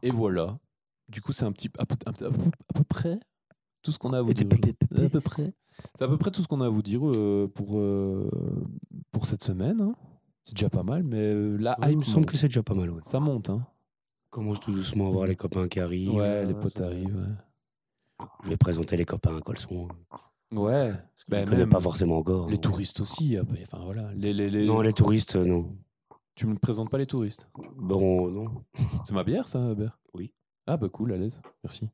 [SPEAKER 1] et voilà. Du coup, c'est un petit à peu, à peu- à peu- à peu près tout ce qu'on a à vous
[SPEAKER 2] Et des
[SPEAKER 1] dire.
[SPEAKER 2] pépépépé.
[SPEAKER 1] À peu près. C'est à peu près tout ce qu'on a à vous dire euh, pour euh, pour cette semaine. hein. C'est déjà pas mal, mais euh, la
[SPEAKER 2] Ouais, Ah, il
[SPEAKER 1] hype
[SPEAKER 2] me semble
[SPEAKER 1] monte.
[SPEAKER 2] que c'est déjà pas mal. Ouais.
[SPEAKER 1] ça monte. Hein.
[SPEAKER 2] Commence tout doucement à voir les copains qui arrivent.
[SPEAKER 1] Ouais,
[SPEAKER 2] là,
[SPEAKER 1] les potes
[SPEAKER 2] ça-
[SPEAKER 1] arrivent. ouais.
[SPEAKER 2] Je vais présenter les copains à Colson. hein.
[SPEAKER 1] Ouais.
[SPEAKER 2] Je
[SPEAKER 1] Ben,
[SPEAKER 2] les connais
[SPEAKER 1] même
[SPEAKER 2] pas forcément encore.
[SPEAKER 1] les ah,
[SPEAKER 2] touristes.
[SPEAKER 1] touristes aussi. Enfin voilà. Les, les, les-
[SPEAKER 2] Non, les touristes, euh, non.
[SPEAKER 1] Tu me présentes pas les touristes.
[SPEAKER 2] Bon, non.
[SPEAKER 1] C'est ma bière, ça, Hubert
[SPEAKER 2] Oui.
[SPEAKER 1] Ah, bah cool, à l'aise. Merci.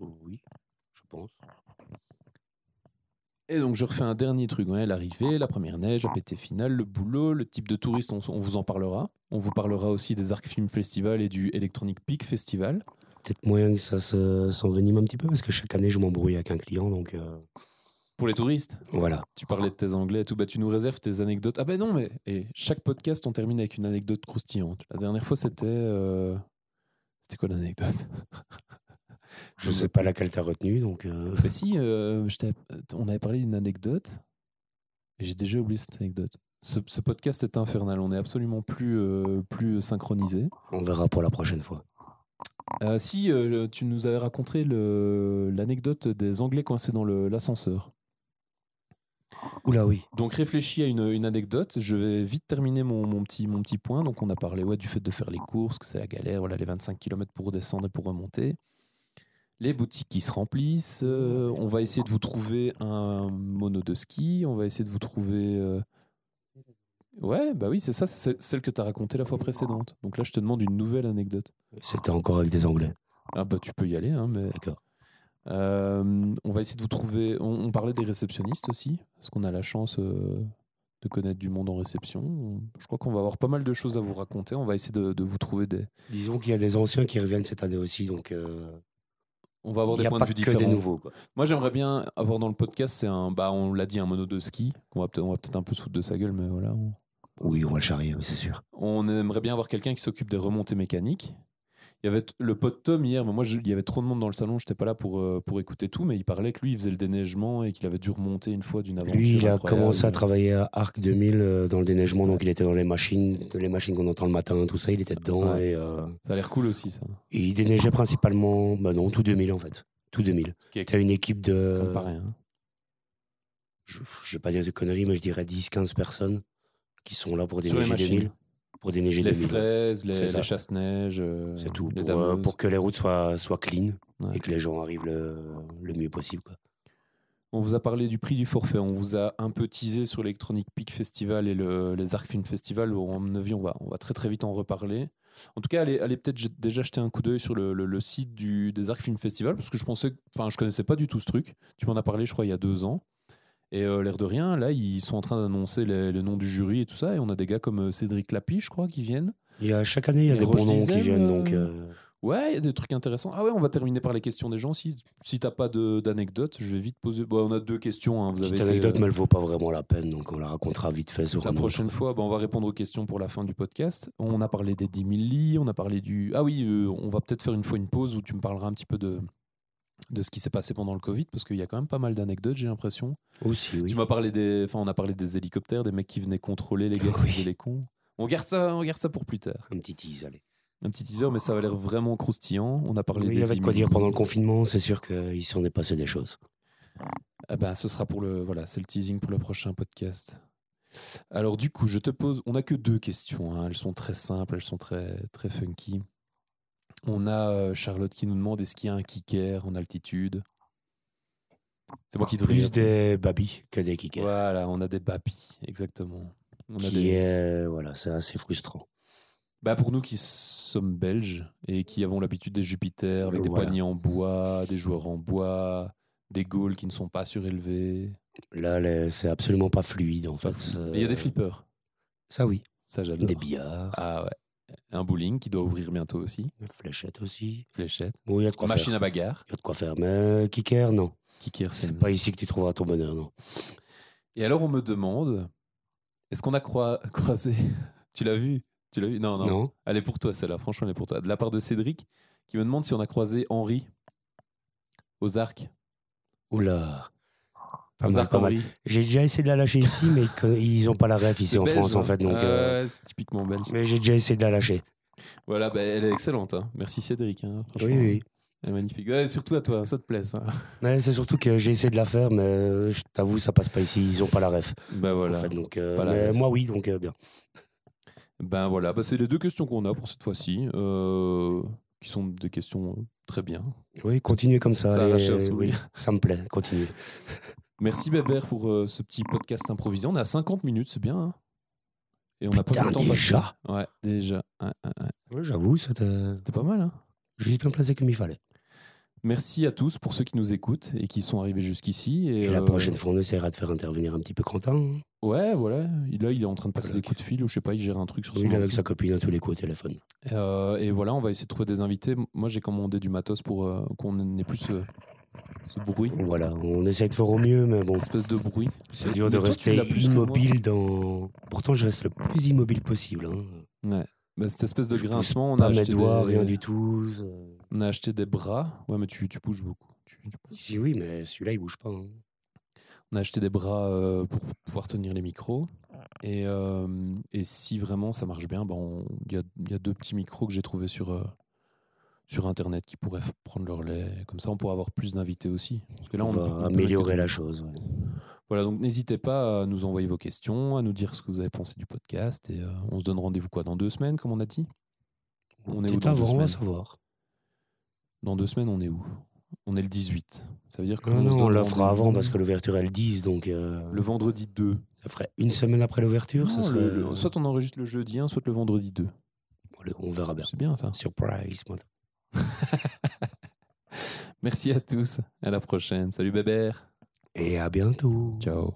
[SPEAKER 2] Oui, je pense.
[SPEAKER 1] Et donc, je refais un dernier truc. Ouais, L'arrivée, la première neige, la pété finale, le boulot, le type de touriste, on, on vous en parlera. On vous parlera aussi des Arc Film Festival et du Electronic Peak Festival.
[SPEAKER 2] Peut-être moyen que ça se- s'envenime un petit peu parce que chaque année je m'embrouille avec un client donc euh,
[SPEAKER 1] Pour les touristes,
[SPEAKER 2] voilà.
[SPEAKER 1] tu parlais de tes anglais et tout. Bah, tu nous réserves tes anecdotes. Ah, ben non, mais et chaque podcast, on termine avec une anecdote croustillante. La dernière fois, c'était. euh, C'était quoi l'anecdote
[SPEAKER 2] Je sais pas laquelle t'as retenue donc euh,
[SPEAKER 1] Mais si, euh, je t'ai- on avait parlé d'une anecdote. et J'ai déjà oublié cette anecdote. Ce, ce podcast est infernal. On n'est absolument plus, euh, plus synchronisé.
[SPEAKER 2] on verra pour la prochaine fois.
[SPEAKER 1] Euh, si, euh, tu nous avais raconté le- l'anecdote des Anglais coincés dans le- l'ascenseur.
[SPEAKER 2] Oula oui.
[SPEAKER 1] Donc réfléchis à une, une anecdote. Je vais vite terminer mon, mon petit, mon petit point. Donc on a parlé ouais, du fait de faire les courses, que c'est la galère, voilà, les 25 km pour descendre et pour remonter. Les boutiques qui se remplissent. euh, on va essayer de vous trouver un mono de ski. On va essayer de vous trouver... euh, Ouais, bah oui, c'est ça, c'est celle- celle que tu as racontée la fois précédente. Donc là, je te demande une nouvelle anecdote.
[SPEAKER 2] C'était encore avec des Anglais.
[SPEAKER 1] Ah bah tu peux y aller, hein, mais...
[SPEAKER 2] D'accord.
[SPEAKER 1] Euh, on va essayer de vous trouver. On, on parlait des réceptionnistes aussi, parce qu'on a la chance euh, de connaître du monde en réception. On- Je crois qu'on va avoir pas mal de choses à vous raconter. On va essayer de, de vous trouver des.
[SPEAKER 2] Disons qu'il y a des anciens qui reviennent cette année aussi donc euh,
[SPEAKER 1] On va
[SPEAKER 2] il
[SPEAKER 1] avoir
[SPEAKER 2] n'y
[SPEAKER 1] des
[SPEAKER 2] a
[SPEAKER 1] points
[SPEAKER 2] pas
[SPEAKER 1] de vue
[SPEAKER 2] que
[SPEAKER 1] différents.
[SPEAKER 2] des nouveaux quoi.
[SPEAKER 1] Moi, j'aimerais bien avoir dans le podcast, c'est un. Bah, on l'a dit, un mono de ski. qu'on va peut-être, on va peut-être un peu se foutre de sa gueule, mais voilà. On,
[SPEAKER 2] Oui, on va le charrier, oui, c'est sûr.
[SPEAKER 1] on aimerait bien avoir quelqu'un qui s'occupe des remontées mécaniques. Il y avait t- le pote Tom hier, mais moi je- il y avait trop de monde dans le salon, j'étais pas là pour, euh, pour écouter tout, mais il parlait que lui il faisait le déneigement et qu'il avait dû remonter une fois d'une aventure.
[SPEAKER 2] Lui, il a
[SPEAKER 1] Ah incroyable.
[SPEAKER 2] commencé à travailler à Arc 2000 euh, dans le déneigement, donc il était dans les machines, les machines qu'on entend le matin, tout ça, il était dedans
[SPEAKER 1] Ouais.
[SPEAKER 2] et, euh,
[SPEAKER 1] Ça a l'air cool aussi ça.
[SPEAKER 2] et il déneigeait principalement, bah non, tout 2000 en fait, tout 2000.
[SPEAKER 1] Ce qui est hein.
[SPEAKER 2] Tu as une équipe
[SPEAKER 1] quand
[SPEAKER 2] de,
[SPEAKER 1] même pas rien.
[SPEAKER 2] je je vais pas dire de conneries, mais je dirais 10-15 personnes qui sont là pour
[SPEAKER 1] Sur les
[SPEAKER 2] déneiger
[SPEAKER 1] machines.
[SPEAKER 2] 2000. Pour déneiger
[SPEAKER 1] Les
[SPEAKER 2] 2000.
[SPEAKER 1] fraises,
[SPEAKER 2] C'est
[SPEAKER 1] les,
[SPEAKER 2] ça.
[SPEAKER 1] les chasse-neige, euh,
[SPEAKER 2] C'est tout.
[SPEAKER 1] les
[SPEAKER 2] Pour, euh,
[SPEAKER 1] dameuses.
[SPEAKER 2] pour que les routes soient, soient clean
[SPEAKER 1] Ouais.
[SPEAKER 2] et que les gens arrivent le, le mieux possible. quoi.
[SPEAKER 1] On vous a parlé du prix du forfait, on vous a un peu teasé sur l'Electronic Peak Festival et le- les Arc Film Festival. En mon avis, on va, on va très très vite en reparler. En tout cas, allez, allez peut-être jet- déjà jeter un coup d'œil sur le, le- le site du, des Arc Film Festival parce que je pensais, que- enfin, je connaissais pas du tout ce truc. Tu m'en as parlé, je crois, il y a deux ans. Et euh, l'air de rien, là, ils sont en train d'annoncer les, les noms du jury et tout ça. Et on a des gars comme euh, Cédric Lapie, je crois, qui viennent.
[SPEAKER 2] Il y a, chaque année, il y a
[SPEAKER 1] Et
[SPEAKER 2] des
[SPEAKER 1] Roche
[SPEAKER 2] bons noms qui
[SPEAKER 1] Diesel,
[SPEAKER 2] viennent. Donc,
[SPEAKER 1] euh,
[SPEAKER 2] euh,
[SPEAKER 1] Ouais, il y a des trucs intéressants. Ah ouais, on va terminer par les questions des gens. Si, si t'as pas de- d'anecdote, je vais vite poser. Bon, on a deux questions. hein. Vous avez
[SPEAKER 2] petite
[SPEAKER 1] été,
[SPEAKER 2] anecdote,
[SPEAKER 1] euh,
[SPEAKER 2] mais elle vaut pas vraiment la peine. Donc, on la racontera vite fait sur
[SPEAKER 1] la
[SPEAKER 2] un autre.
[SPEAKER 1] prochaine fois, bah, on va répondre aux questions pour la fin du podcast. On a parlé des 10 000 lits, on a parlé du... Ah oui, euh, on va peut-être faire une fois une pause où tu me parleras un petit peu de, de ce qui s'est passé pendant le Covid, parce qu'il y a quand même pas mal d'anecdotes, j'ai l'impression.
[SPEAKER 2] Aussi, oui.
[SPEAKER 1] Tu m'as parlé des... Enfin, on a parlé des hélicoptères, des mecs qui venaient contrôler les gars qui
[SPEAKER 2] <laughs> Oui.
[SPEAKER 1] faisaient les cons. On garde ça, on garde ça pour plus tard.
[SPEAKER 2] Un petit tease, allez.
[SPEAKER 1] Un petit teaser, mais ça va l'air vraiment croustillant. On a parlé
[SPEAKER 2] Oui,
[SPEAKER 1] des
[SPEAKER 2] il y avait
[SPEAKER 1] 10
[SPEAKER 2] de quoi
[SPEAKER 1] 000
[SPEAKER 2] dire pendant le
[SPEAKER 1] lits.
[SPEAKER 2] confinement. C'est sûr qu'il s'en est passé des choses.
[SPEAKER 1] Ah ben, ce sera pour le voilà, c'est le teasing pour le prochain podcast. Alors du coup, je te pose, on n'a que deux questions. hein. Elles sont très simples, elles sont très très funky. On a euh, Charlotte qui nous demande est-ce qu'il y a un kicker en altitude C'est moi qui te
[SPEAKER 2] Plus des babies que des kickers.
[SPEAKER 1] Voilà, on a des babis, exactement. On a
[SPEAKER 2] qui
[SPEAKER 1] des...
[SPEAKER 2] est, euh, voilà, c'est assez frustrant.
[SPEAKER 1] bah, pour nous qui sommes belges et qui avons l'habitude des Jupiters avec des
[SPEAKER 2] Voilà.
[SPEAKER 1] poignées en bois, des joueurs en bois, des goals qui ne sont pas surélevés.
[SPEAKER 2] Là, les- c'est absolument pas fluide, en fait.
[SPEAKER 1] Mais Il y a des
[SPEAKER 2] Euh,
[SPEAKER 1] flippers.
[SPEAKER 2] Ça, oui.
[SPEAKER 1] Ça, j'adore.
[SPEAKER 2] Des billards,
[SPEAKER 1] Ah ouais. Un bowling qui doit ouvrir bientôt aussi.
[SPEAKER 2] des fléchettes aussi.
[SPEAKER 1] Fléchette.
[SPEAKER 2] Bon, il y a de quoi
[SPEAKER 1] Machine
[SPEAKER 2] faire.
[SPEAKER 1] à bagarre.
[SPEAKER 2] Il y a de quoi faire. Mais euh, kicker, non.
[SPEAKER 1] Kicker,
[SPEAKER 2] C'est
[SPEAKER 1] c'est
[SPEAKER 2] pas ici que tu trouveras ton bonheur, non.
[SPEAKER 1] Et alors, on me demande est-ce qu'on a croi- croisé. <laughs> tu l'as vu Tu l'as vu non, non,
[SPEAKER 2] Non.
[SPEAKER 1] Elle est pour toi, celle-là. Franchement, elle est pour toi. De la part de Cédric, qui me demande si on a croisé Henri aux arcs.
[SPEAKER 2] Oula. Pas
[SPEAKER 1] aux
[SPEAKER 2] mal,
[SPEAKER 1] arcs,
[SPEAKER 2] pas mal.
[SPEAKER 1] Henri.
[SPEAKER 2] J'ai déjà essayé de la lâcher ici, mais ils conna- ils ont pas la ref ici
[SPEAKER 1] C'est
[SPEAKER 2] en
[SPEAKER 1] belge,
[SPEAKER 2] France, en
[SPEAKER 1] hein.
[SPEAKER 2] fait. Donc,
[SPEAKER 1] Ah
[SPEAKER 2] euh,
[SPEAKER 1] ouais, c'est typiquement belge.
[SPEAKER 2] Mais j'ai déjà essayé de la lâcher.
[SPEAKER 1] Voilà, bah, elle est excellente. hein. Merci Cédric. hein. Franchement,
[SPEAKER 2] Oui, oui.
[SPEAKER 1] Elle est magnifique. Ouais, surtout à toi, hein, ça te plaît. Ça.
[SPEAKER 2] Mais c'est surtout que j'ai essayé de la faire, mais euh, je t'avoue, ça passe pas ici. Ils ont pas la ref.
[SPEAKER 1] Bah
[SPEAKER 2] en
[SPEAKER 1] voilà.
[SPEAKER 2] fait, donc, euh,
[SPEAKER 1] Pas la
[SPEAKER 2] mais
[SPEAKER 1] ref.
[SPEAKER 2] moi, oui, donc euh, bien.
[SPEAKER 1] Ben voilà, bah c'est les deux questions qu'on a pour cette fois-ci, euh, qui sont des questions euh, très bien.
[SPEAKER 2] Oui, continuez comme ça.
[SPEAKER 1] Ça
[SPEAKER 2] allez,
[SPEAKER 1] arrache un
[SPEAKER 2] oui,
[SPEAKER 1] sourire.
[SPEAKER 2] ça me plaît, continuez.
[SPEAKER 1] Merci Bébert pour euh, ce petit podcast improvisé. On est à 50 minutes, c'est bien. hein Et on n'a pas
[SPEAKER 2] Putain,
[SPEAKER 1] eu le temps
[SPEAKER 2] déjà
[SPEAKER 1] passé. Ouais, déjà. Ouais, ouais, ouais.
[SPEAKER 2] Ouais, J'avoue, c'était.
[SPEAKER 1] C'était pas mal, hein
[SPEAKER 2] Je suis bien placé comme il fallait.
[SPEAKER 1] Merci à tous pour ceux qui nous écoutent et qui sont arrivés jusqu'ici. Et,
[SPEAKER 2] Et la
[SPEAKER 1] euh,
[SPEAKER 2] prochaine fois, on essaiera de faire intervenir un petit peu Quentin. hein.
[SPEAKER 1] Ouais, voilà. Il- Là, il est en train de passer
[SPEAKER 2] Voilà.
[SPEAKER 1] des coups de fil ou je sais pas, il gère un truc sur son
[SPEAKER 2] Il est avec
[SPEAKER 1] ordi.
[SPEAKER 2] sa copine à tous les coups au téléphone.
[SPEAKER 1] Euh, et voilà, on va essayer de trouver des invités. Moi, j'ai commandé du matos pour euh, qu'on ait plus ce, ce bruit,
[SPEAKER 2] Voilà, on essaie de faire au mieux, mais bon,
[SPEAKER 1] cette espèce de bruit.
[SPEAKER 2] c'est dur
[SPEAKER 1] Mais
[SPEAKER 2] de
[SPEAKER 1] toi, tu
[SPEAKER 2] rester
[SPEAKER 1] l'as plus que moi.
[SPEAKER 2] immobile dans. Pourtant, je reste le plus immobile possible. hein.
[SPEAKER 1] Ouais. Bah, cette espèce de
[SPEAKER 2] Je pousse
[SPEAKER 1] grincement, on a,
[SPEAKER 2] Pas mes
[SPEAKER 1] acheté
[SPEAKER 2] doigts,
[SPEAKER 1] des,
[SPEAKER 2] rien du tout. euh,
[SPEAKER 1] on a acheté des bras. Ouais, mais tu, tu bouges beaucoup. Tu- tu-
[SPEAKER 2] Ici, oui, mais celui-là, il bouge pas. hein.
[SPEAKER 1] On a acheté des bras euh, pour pouvoir tenir les micros. Et, euh, et si vraiment ça marche bien, ben, on- il y, a, il y a deux petits micros que j'ai trouvés sur, euh, sur Internet qui pourraient f- prendre leur lait. Comme ça, on pourra avoir plus d'invités aussi. Parce que là,
[SPEAKER 2] on,
[SPEAKER 1] on peut- on peut
[SPEAKER 2] va
[SPEAKER 1] mettre
[SPEAKER 2] améliorer
[SPEAKER 1] des-
[SPEAKER 2] la chose. ouais.
[SPEAKER 1] Voilà, donc n'hésitez pas à nous envoyer vos questions, à nous dire ce que vous avez pensé du podcast. Et euh, on se donne rendez-vous quoi Dans deux semaines, comme on a dit On est où dans
[SPEAKER 2] Peut-être
[SPEAKER 1] deux
[SPEAKER 2] avant, on va
[SPEAKER 1] semaines
[SPEAKER 2] savoir.
[SPEAKER 1] Dans deux semaines, on est où On est le 18. Ça veut dire que
[SPEAKER 2] Ah non, on la fera avant parce que l'ouverture est le 10, donc euh,
[SPEAKER 1] Le vendredi 2.
[SPEAKER 2] ça ferait une semaine après l'ouverture. ça
[SPEAKER 1] Non,
[SPEAKER 2] serait-
[SPEAKER 1] le- le- soit on enregistre le jeudi 1, soit le vendredi 2.
[SPEAKER 2] Allez, On verra bien.
[SPEAKER 1] C'est bien ça.
[SPEAKER 2] Surprise, moi.
[SPEAKER 1] Merci à tous. À la prochaine. Salut Bébert.
[SPEAKER 2] Et à bientôt.
[SPEAKER 1] Ciao.